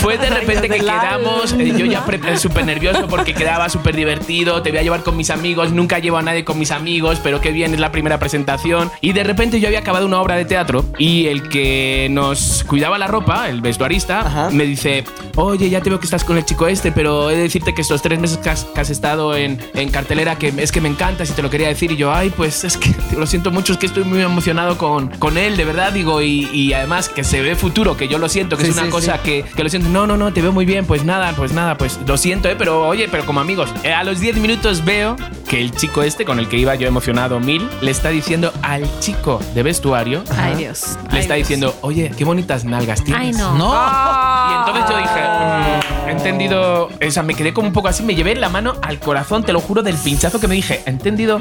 fue de repente que quedamos eh, yo ya pre- eh, súper nervioso porque quedaba súper divertido te voy a llevar con mis amigos nunca llevo a nadie con mis amigos pero qué bien es la primera presentación y de repente yo había acabado una obra de teatro y el que nos cuidaba la ropa el vestuarista
Ajá.
me dice oye ya te veo que estás con el chico este pero he de decirte que estos tres meses que has, que has estado en, en cartelera que es que me encanta si te lo quería decir y yo ay pues es que lo siento mucho es que estoy muy emocionado con, con él de verdad digo y, y además que se ve futuro que yo lo siento que
Sí,
es una
sí,
cosa
sí.
que, que lo siento no no no te veo muy bien pues nada pues nada pues lo siento eh pero oye pero como amigos Eh, a los 10 minutos veo que el chico este con el que iba yo emocionado mil le está diciendo al chico de vestuario
Ay, Dios.
le está diciendo oye qué bonitas nalgas tienes
Ay, no.
No.
y entonces yo dije, mm, he entendido. O sea, me quedé como un poco así, me llevé la mano al corazón, te lo juro, del pinchazo que me dije, he entendido.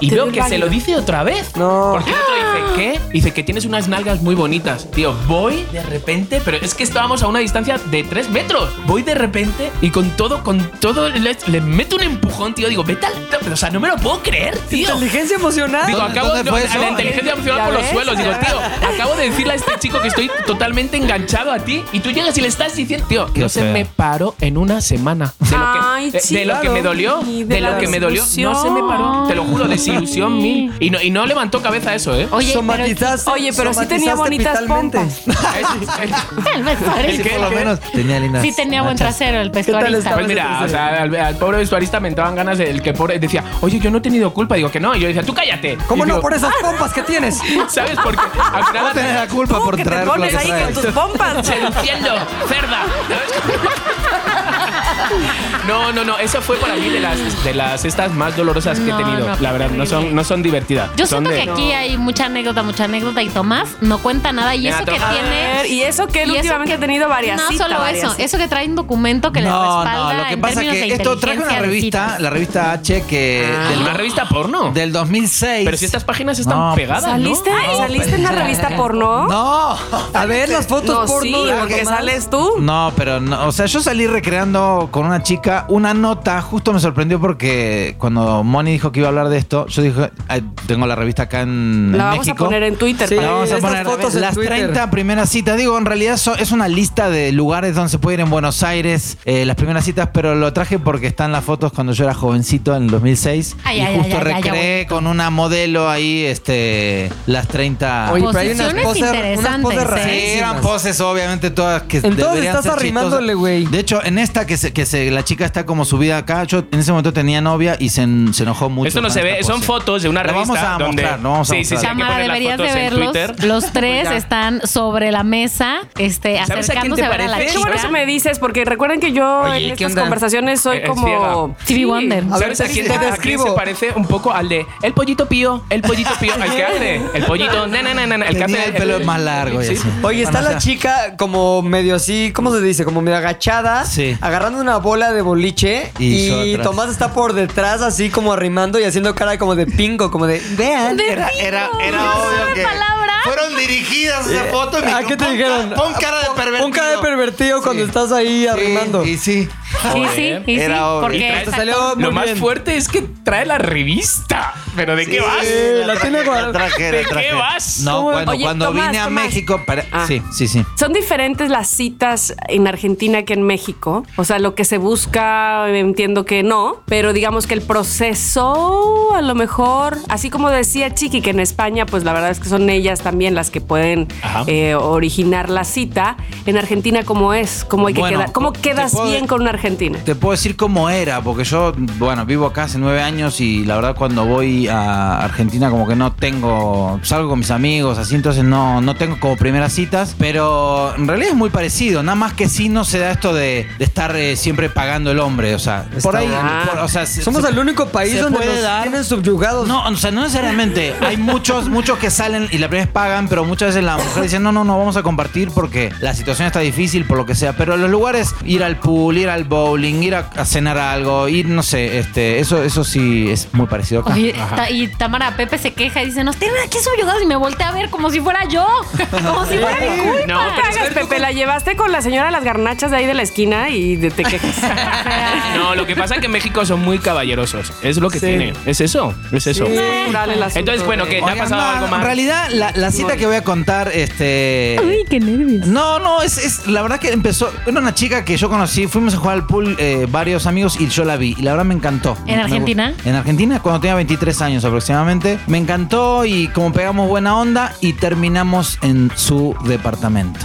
Y
Te
veo
ves
que se
válido.
lo dice otra vez.
No.
Porque el otro dice, ¿qué? Dice que tienes unas nalgas muy bonitas. Tío, voy de repente, pero es que estábamos a una distancia de 3 metros. Voy de repente y con todo, con todo, le, le meto un empujón, tío. Digo, vete al. O sea, no me lo puedo creer, tío.
Inteligencia emocional.
Digo,
¿Dónde-
acabo
dónde
de
fue eso?
la inteligencia emocional
¿Ya
por los
ves?
suelos. Digo, tío, acabo de decirle a este chico que estoy totalmente enganchado a ti y tú llegas y le estás diciendo, tío,
Qué
no se
feo.
me paró en una semana. De lo que,
Ay,
de- de lo que
chico.
me dolió,
Y
de,
de la
lo que me dolió, no se me paró.
desilusión.
Te lo juro, desilusión mil. Y no, y no levantó cabeza eso, ¿eh?
Oye,
somatizaste,
Oye, pero sí tenía
somatizaste
bonitas
vitalmente.
pompas.
Es- es-
pero me
¿El
parece.
qué?
Por lo menos tenía lindas.
Sí tenía buen
nachas.
trasero el
tal
pescadista.
estaba?
Pues mira,
Parece
o sea, al, al pobre vestuarista me entraban ganas del que pobre decía, oye, yo no he tenido culpa. Digo que no. Y yo decía, tú cállate.
¿Cómo
Y
no
digo,
por esas pompas que tienes?
¿Sabes? Porque al final
No tenés la culpa
¿Cómo
por
que te
traer lo que
pones ahí con
traes.
tus pompas?
Seduciendo, cerda. No, no, no, eso fue para mí de las, de las estas más dolorosas que he
No,
tenido.
no,
la verdad, no son, no son divertidas.
Yo
son
siento
de-
que aquí hay mucha anécdota, mucha anécdota y Tomás no cuenta nada y
Mira,
eso que
Tomás.
tiene...
Y eso que él
y eso
últimamente
que-
ha tenido varias
No solo eso, eso que trae un documento que le
No,
respalda
no, lo que
en
pasa
términos
que
de
esto traje una
inteligencia de
revista,
citas.
la revista H que
¿De una
Ah.
revista porno?
del, del 2006.
Pero si estas páginas están
No, pues,
pegadas,
¿Saliste,
¿no?
¿saliste en la revista porno?
No.
¿Oh? A ver, las
No,
fotos
sí,
porno de
porque
Tomás.
sales tú.
No, pero no, o sea, yo salí recreando con una chica una nota, justo me sorprendió porque cuando Moni dijo que iba a hablar de esto, yo dije, "Ay, tengo la revista acá en
La
en
vamos a
México".
poner en Twitter.
Sí.
para-
La vamos a
Estas
poner
fotos en
las
Twitter.
30 primeras citas. Digo, en realidad so- es una lista de lugares donde se puede ir en Buenos Aires, eh, las primeras citas, pero lo traje porque están las fotos cuando yo era jovencito en el 2006.
Ay,
y
ay,
justo
ay, ay, ay,
recreé con una modelo ahí este, las 30.
Oye, pero hay unas
Posiciones
poses, unas
interesantes,
poses
¿eh?
Sí, eran
rarísimas.
poses obviamente todas que
Entonces
deberían
estás
ser
arrimándole,
chistosas.
güey.
De hecho, en esta que, se, que se- la chica está como subida acá, yo en ese momento tenía novia y se, en- se enojó mucho.
Esto no
con
se
esta
ve, son
pose.
fotos de una
Lo
revista.
vamos a
donde-
mostrar, lo vamos a
Sí, sí, sí, hay que
Cámara,
poner las
deberías de
fotos en
verlos.
Twitter.
Los tres
Ya.
están sobre la mesa, este,
¿Sabes a quién
acercándose
te
a, ver a la
parece?
chica.
Qué bueno que me dices, porque recuerden que yo
Oye,
en
¿qué
estas
onda?
conversaciones soy
Es
como...
ciega. Stevie Wonder.
A ver,
¿Sabes a
te-
quién
te
a quién
describo.
se parece un poco al de el pollito pío, el pollito pío, el que hace, el pollito, na, na, na, na, na, el que
Tenía
hace
el pelo más largo y
Sí.
así.
Oye, está la
Bueno, o sea,
chica como medio así, ¿cómo se dice? Como medio agachada,
Sí.
agarrando una bola de boliche
Y yo
y,
atrás.
Tomás está por detrás así como arrimando y haciendo cara como de pingo, como de, vean.
Era, era,
No
era obvio
sabe
que
palabra.
fueron dirigidas esa foto y me
¿A Ah, qué te
"Pon
dijeron?
ca- Pon cara de pervertido.
Un cara de pervertido cuando estás ahí
Sí,
arrimando. Eh,
Y sí.
Sí,
Joder,
sí, y sí,
era obvio.
porque
Y trae-
exacto.
Te salió muy
Lo más
bien.
fuerte es que trae la revista. ¿Pero de qué vas?
Eh, la tiene guardada.
¿De qué vas?
No, bueno,
Oye,
cuando
Tomás,
vine a
Tomás.
México para...
Ah.
Sí, sí, sí.
Son diferentes las citas en Argentina que en México. O sea, lo que se busca, entiendo que no, pero digamos que el proceso, a lo mejor, así como decía Chiqui, que en España, pues la verdad es que son ellas también las que pueden
Ajá.
eh, originar la cita. En Argentina, ¿cómo es? ¿Cómo hay que
Bueno,
quedar? ¿Cómo
te
quedas
puedo-
bien con una argentina?
Te puedo decir cómo era, porque yo, bueno, vivo acá hace nueve años y la verdad cuando voy a Argentina como que no tengo, salgo con mis amigos, así, entonces no, no tengo como primeras citas, pero en realidad es muy parecido, nada más que sí no se da esto de, de estar eh, siempre pagando el hombre, o sea, por ahí,
bien.
por- o sea, se-
Somos
se-
el único país
se
donde
puede
nos
dar.
tienen subyugados.
No, o sea, no necesariamente. Hay muchos, muchos que salen y la primera vez pagan, pero muchas veces la mujer dice, no, no, no, vamos a compartir porque la situación está difícil, por lo que sea. Pero los lugares, ir al pool, ir al bowling, ir a, a cenar algo, ir, no sé, este, eso, eso sí es muy parecido acá.
Oye, Ta- y Tamara Pepe se queja y dice, nos tienen aquí subyugados y me voltea a ver como si fuera yo. Como si fuera mi culpa.
No,
No te hagas, Pepe, la llevaste con la señora de las garnachas de ahí de la esquina y de- te quejas.
No, lo que pasa es que en México son muy caballerosos. Es lo que tiene. Es eso. Es eso.
Dale el asunto ¿eh?
Entonces, bueno,
de-
¿qué? ¿Te ha
Oigan,
pasado
no,
algo
no,
más?
En realidad, la, la cita que voy a contar, este. Uy, qué nervios. No, no, es, es- la verdad que empezó. Era una chica que yo conocí, fuimos a jugar al pool eh, varios amigos y yo la vi. Y la verdad me encantó.
¿En
Me-
Argentina?
En Argentina, cuando tenía 23 años aproximadamente. Me encantó y como pegamos buena onda y terminamos en su departamento.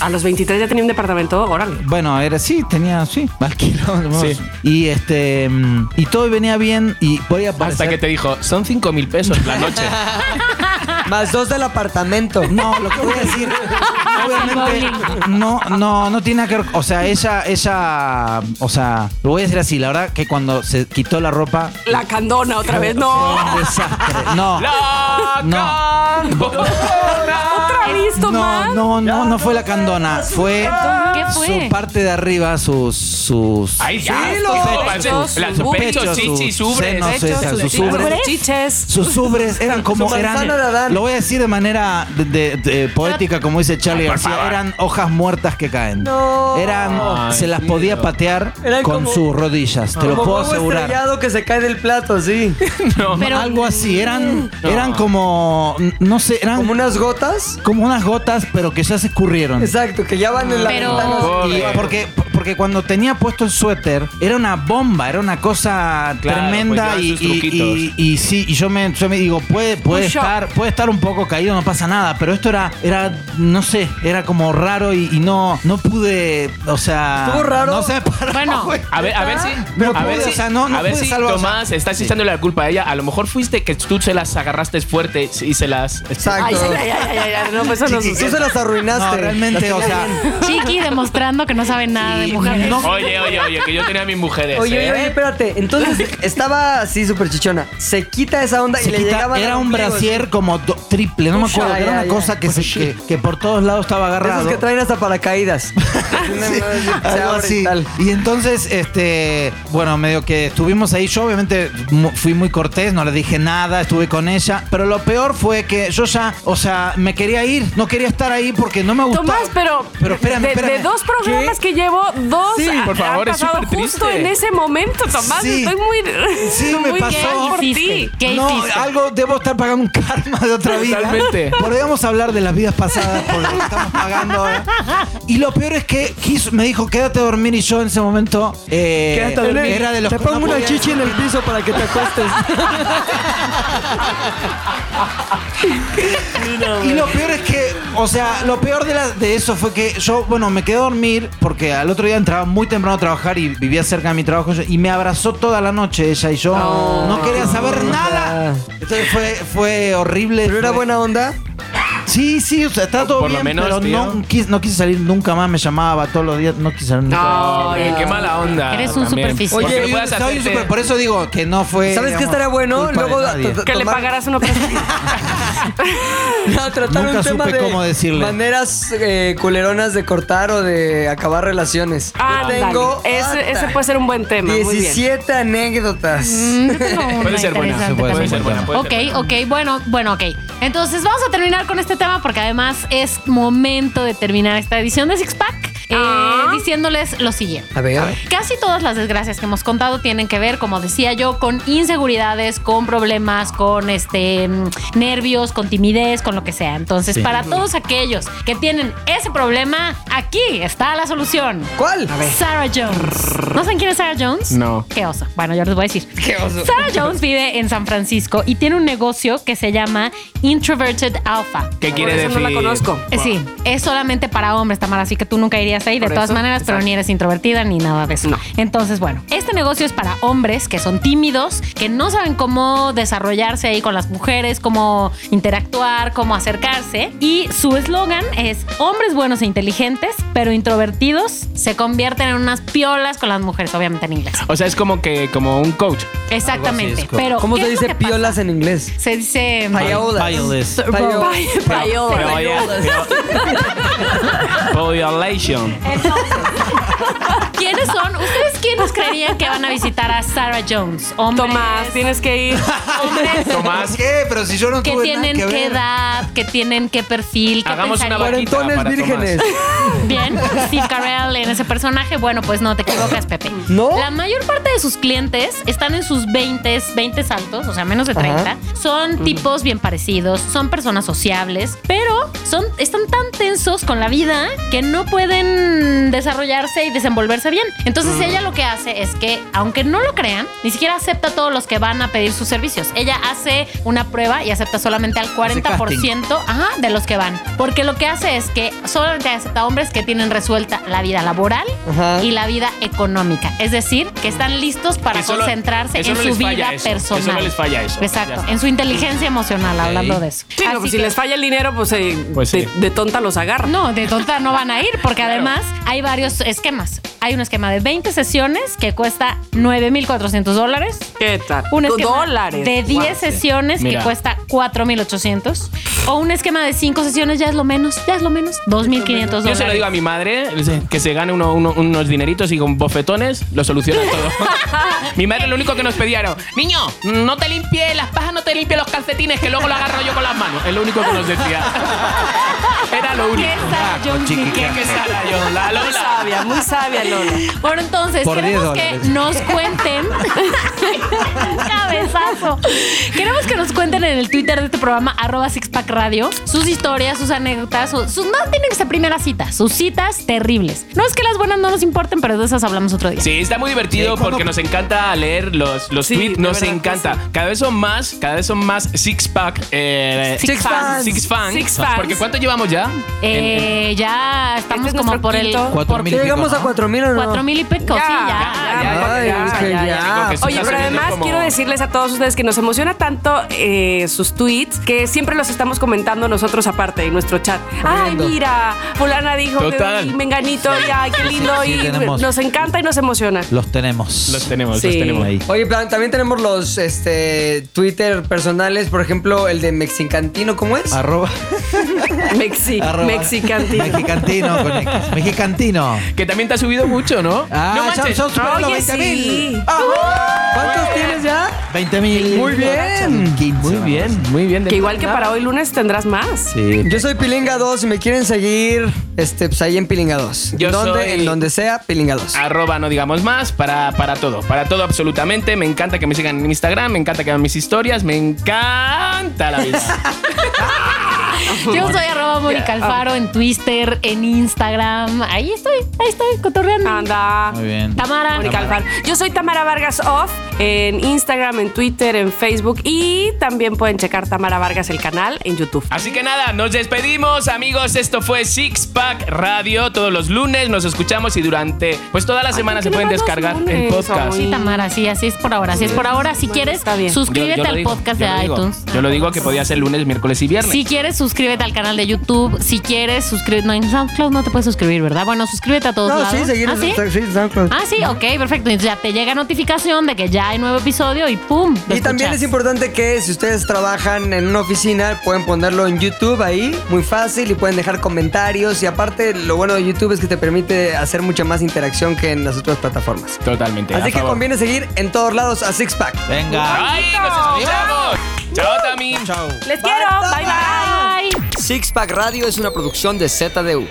A los 23 ya tenía un departamento, órale.
Bueno, era sí, tenía, sí, alquilado.
Sí.
Y este. mm, Y todo venía bien y podía
Hasta
parecer-
que te dijo, son cinco mil pesos la noche.
Más dos del apartamento.
No, lo que voy a decir, obviamente, no, no, no tiene nada que ver. O sea, ella, ella, o sea, lo voy a decir así, la verdad que cuando se quitó la ropa,
La candona otra vez, no.
fue un desastre. No.
¡La
No.
candona!
¿Otra vez, Tomás?
No, no, no, no fue la candona, fue
¿Qué fue?
su parte de arriba, sus, sus.
Ahí ya.
Sí, los
Ojo,
pechos,
la-
sus
sus
pechos,
pechos,
sus
chichis, ubres.
senos,
Pechos,
esas,
sus-
sus ubres.
Chiches.
Sus ubres eran como
Su
eran.
manzana de Adán.
Lo voy a decir de manera de- de- de poética, como dice Charlie
Ay, Ah, por
García.
favor.
Eran hojas muertas que caen.
No.
Eran.
Ay,
se las podía patear
Eran
con
como-
sus rodillas. Te lo
Como
puedo
huevo
asegurar.
estrellado que se cae del plato, sí.
No.
Pero-
Algo así. Eran.
No.
Eran como. No sé, eran
Como
como,
unas gotas.
unas gotas, pero que ya se escurrieron.
Exacto, que ya van en la
Pero-
ventana.
Y
Pobre.
porque, porque cuando tenía puesto el suéter, era una bomba, era una cosa
Claro,
tremenda.
pues,
y,
ya, sus
y- y-
truquitos.
y sí, y yo me, yo me digo, puede, puede,
Un shock.
estar, puede estar un poco caído, no pasa nada. Pero esto era, era no sé, era como raro y, y no, no pude, o sea.
Estuvo raro.
No sé, para-
Bueno,
A ver, a ver si,
Pero
a ver
pude,
si,
o sea, no- no
a ver
pude
si
salvar-
Tomás, estás echándole la culpa a ella. A lo mejor fuiste que tú se las agarraste fuerte y se las. este,
Ay,
Exacto.
sí, ay, ay, ay, ay, no, pues eso no
Chiqui, tú
sucede.
se las arruinaste.
No, realmente,
Las
o sea.
tenías bien.
Chiqui demostrando que no sabe nada de
y
mujeres.
no-
Oye, oye, oye, que yo tenía a mis mujeres.
Oye,
¿eh?
oye, oye, espérate. Entonces estaba así súper chichona. Se quita esa onda
se
y le
quita-
llegaba.
era un brasier como do- triple, no me acuerdo,
Ah,
era
ya,
una
ya.
cosa que, se- que, que por todos lados estaba
Esos
agarrado.
que traen hasta paracaídas.
Sí,
Se
algo
abre
así.
y tal.
Y entonces, este, bueno, medio que estuvimos ahí. Yo obviamente mu- fui muy cortés, no le dije nada, estuve con ella. Pero lo peor fue que yo ya, o sea, me quería ir, no quería estar ahí porque no me gustaba.
Tomás, pero,
Pero espérame,
de,
espérame.
de dos programas
¿Qué?
que llevo, dos
Sí,
ha-
por favor,
han
es
pasado
súper
justo
triste.
en ese momento, Tomás.
Sí.
Estoy muy,
Sí, me
muy
pasó.
mal por
¿Qué hiciste?
ti.
¿Qué
no,
ah.
hiciste?
algo debo estar pagando un karma de otra vida.
Totalmente.
Podríamos hablar de las vidas pasadas por lo que estamos pagando ahora. Y lo peor es que quiso- me dijo, quédate a dormir. Y yo en ese momento eh,
Quédate a dormir.
era de los
Te
que
pongo
no
una
podía-
chichi en el piso para que te acuestes.
Y lo peor es que, o sea, lo peor de, la- de eso fue que yo, bueno, me quedé a dormir porque al otro día entraba muy temprano a trabajar y vivía cerca de mi trabajo y me abrazó toda la noche ella y yo
Oh.
no quería saber nada. Entonces fue, fue horrible.
Pero era
fue-
buena onda.
Sí, sí, o sea, estaba todo
Por lo
bien,
menos,
pero
tío.
no quis- no quise salir nunca más, me llamaba todos los días, no quise salir nunca más.
Oye, qué mala onda.
Eres un
también.
superficial.
Porque
Oye,
no
Soy un-
puedas
soy un
hacerte-
super- por eso digo que no fue.
¿Sabes qué
digamos,
estaría bueno?
culpa de
Luego
nadie.
to- to-
Que le
tomar-
pagarás una persona.
No, tratar
Nunca
un tema
supe
de
cómo decirle.
maneras eh, culeronas de cortar o de acabar relaciones.
Ah,
Yo tengo
ese, ese
ata,
puede ser un buen tema. Muy bien.
17 anécdotas.
Mm, yo tengo una
Puede ser buena,
interesante
puede
también.
ser buena, puede
Ok,
ser buena.
ok, bueno, bueno, ok. Entonces vamos a terminar con este tema porque además es momento de terminar esta edición de Six Pack eh,
Ah.
diciéndoles lo siguiente.
A ver.
Casi todas las desgracias que hemos contado tienen que ver, como decía yo, con inseguridades, con problemas, con este mm, nervios, con timidez, con lo que sea. Entonces, para todos aquellos que tienen ese problema, aquí está la solución.
¿Cuál? A
Sarah Jones. ¿No saben quién es Sarah Jones?
No.
Qué oso. Bueno, yo les voy a decir. Sarah Jones vive en San Francisco y tiene un negocio que se llama Introverted Alpha.
¿Qué quiere
eso no
decir?
la conozco.
Eh, Sí, es solamente para hombres, Tamara, así que tú nunca irías ahí de
Por
todas
eso,
maneras, pero
exacto.
ni eres introvertida ni nada de eso.
No.
Entonces, bueno, este negocio es para hombres que son tímidos, que no saben cómo desarrollarse ahí con las mujeres, cómo interactuar, cómo acercarse. Y su eslogan es hombres buenos e inteligentes, pero introvertidos se convierten en unas piolas con las mujeres, obviamente en inglés.
O sea, es como que como un coach.
Exactamente.
es como-
pero
¿Cómo
¿qué
se
es lo
dice
que pasa?
piolas en inglés?
Se dice
Payolas.
Payolas.
Payolas.
Este
Payola.
Pero oye, pero- Violation.
Entonces, ¿Quiénes son? ¿Ustedes quiénes creerían que van a visitar a Sarah Jones? Hombres
Tomás, tienes que ir.
Tomás,
¿Qué? Pero si yo no
que
tuve Pues, nada
tienen
que
qué
ver.
edad, que tienen qué perfil, qué
hagamos una
pensarían?
vaquita
Cuarentones
para
vírgenes.
Tomás.
Bien, Steve Carell en ese personaje, bueno, pues no, te equivocas, Pepe.
¿No?
La mayor parte de sus clientes están en sus 20, 20 altos, o sea, menos de 30.
Ajá.
Son tipos bien parecidos, son personas sociables, pero son, están tan tensos con la vida que no pueden desarrollarse y desenvolverse bien.
Mm.
Entonces ella lo que hace es que, aunque no lo crean, ni siquiera acepta a todos los que van a pedir sus servicios. Ella hace una prueba y acepta solamente al 40% ajá, de los que van. Porque lo que hace es que solamente acepta hombres que tienen resuelta la vida laboral
Ajá.
y la vida económica. Es decir, que están listos para
Eso no-
concentrarse
eso
en
no
su
les falla
vida
eso,
personal.
eso no les falla eso. Ya
Exacto,
está.
en su inteligencia emocional, hablando de eso.
Sí, no,
Así
pues si
que-
les falla el dinero, pues, eh,
Pues
de,
sí.
de tonta los agarra.
No, de tonta no van a ir, porque además hay varios esquemas. Hay un esquema de 20 sesiones que cuesta 9.400 dólares.
¿Qué tal?
Un esquema
Dólares.
de
Guau.
10 sesiones
Mira.
que cuesta 4.800. O un esquema de 5 sesiones, ya es lo menos, ya es lo menos, 2.500 dólares.
Yo se lo digo a mi madre, que se gane uno- uno- unos dineritos y con bofetones lo soluciona todo. mi madre lo único que nos pedía era, niño, no te limpie las pajas, no te limpie los calcetines, que luego lo agarro yo con las manos. Es lo único que nos decía. era lo único.
¿Qué Sarah Jones ni qué?
¿Qué Sara yo? La
Muy
Lola.
sabia, muy sabia, Lola.
Bueno, entonces,
Por 10
queremos que
dólares.
nos cuenten. Cabezazo. Queremos que nos cuenten en el Twitter de este programa, arroba Sixpack Radio, sus historias, sus anécdotas, su- sus. No tienen que ser primeras citas, sus citas terribles. No es que las buenas no nos importen, pero de esas hablamos otro día.
Sí, está muy divertido
Sí, ¿cómo?
porque nos encanta leer los, los
Sí,
tweets,
de
nos
verdad que
encanta. Cada vez son más, cada vez son más six pack. eh,
Six fans.
Six fans.
Six fans.
Porque ¿cuánto llevamos ya? En- en-
Eh, ya estamos
Este es
como
nuestro
por el.
quinto.
por
Cuatro mil y
¿Ya
pico,
llegamos a
¿no?
4000 o no?
cuatro mil y pico, sí, ya.
Ya, ya,
Ay,
ya,
es
ya,
que
ya.
ya.
Digo que
Oye,
está
pero
saliendo
además
como-
quiero decirles a todos ustedes que nos emociona tanto eh, sus tweets que siempre los estamos comentando nosotros aparte en nuestro chat. Ay,
Corriendo.
mira, fulana dijo
Total.
que y menganito, y ay, qué lindo.
sí,
y
tenemos.
nos encanta y nos emociona.
Los tenemos.
Los tenemos,
Sí.
los tenemos.
Ahí.
Oye, plan, también tenemos los este, Twitter personales, por ejemplo, el de Mexicantino, ¿cómo es?
Arroba.
Mexi,
arroba-
mexicantino.
Mexicantino. con X. Mexicantino.
Que también te ha subido mucho, ¿no?
Ah,
no
ya
manches.
son superando
Oye,
20 mil.
sí.
¿Cuántos tienes ya?
20 mil.
Muy bien.
Muy bien, muy bien.
Que igual que para hoy lunes tendrás más.
Sí.
Yo soy Pilinga 2, si me quieren seguir, este, pues ahí en Pilinga 2.
Yo
¿Dónde?
soy-
En donde sea, Pilinga 2.
Arroba, no digamos más, para, para todo, para todo absolutamente. Me encanta que me sigan en Instagram, me encanta que vean mis historias, me encanta la vida.
Yo soy arroba Mónica Alfaro en Twitter, en Instagram. Ahí estoy, ahí estoy, cotorreando.
Anda.
Muy bien.
Tamara.
Mónica Alfaro. Yo soy Tamara Vargas Off en Instagram, en Twitter, en Facebook y también pueden checar Tamara Vargas el canal en YouTube.
Así que nada, nos despedimos, amigos. Esto fue Six Pack Radio. Todos los lunes nos escuchamos y durante, pues toda la semana se
¿por qué
pueden
le vas los
descargar el
lunes,
podcast.
Sí, Tamara, sí, así es por ahora. Así es por ahora. Si quieres,
está bien.
Yo-
suscríbete
yo lo
al
digo,
podcast
yo
de
lo digo.
iTunes.
Yo lo digo que podía ser lunes, miércoles y viernes.
Si quieres, suscríbete al canal de YouTube. Si quieres, suscríbete. No, en SoundCloud no te puedes suscribir, ¿verdad? Bueno, suscríbete a todos
No,
lados.
sí, seguir
¿Ah,
en
sí?
sí, SoundCloud.
Ah, sí, ok, perfecto. Entonces ya te llega notificación de que ya hay nuevo episodio y ¡pum! lo
Y también
escuchas.
es importante que si ustedes trabajan en una oficina, pueden ponerlo en YouTube ahí, muy fácil, y pueden dejar comentarios. Y aparte, lo bueno de YouTube es que te permite hacer mucha más interacción que en las otras plataformas.
Totalmente. a
Así que
favor.
conviene seguir en todos lados a Sixpack.
Venga.
¡Ay, nos escuchamos! ¡Chao, Tami!
Chao.
Les quiero. Bye bye.
Bye.
Sixpack Radio es una producción de ZDU.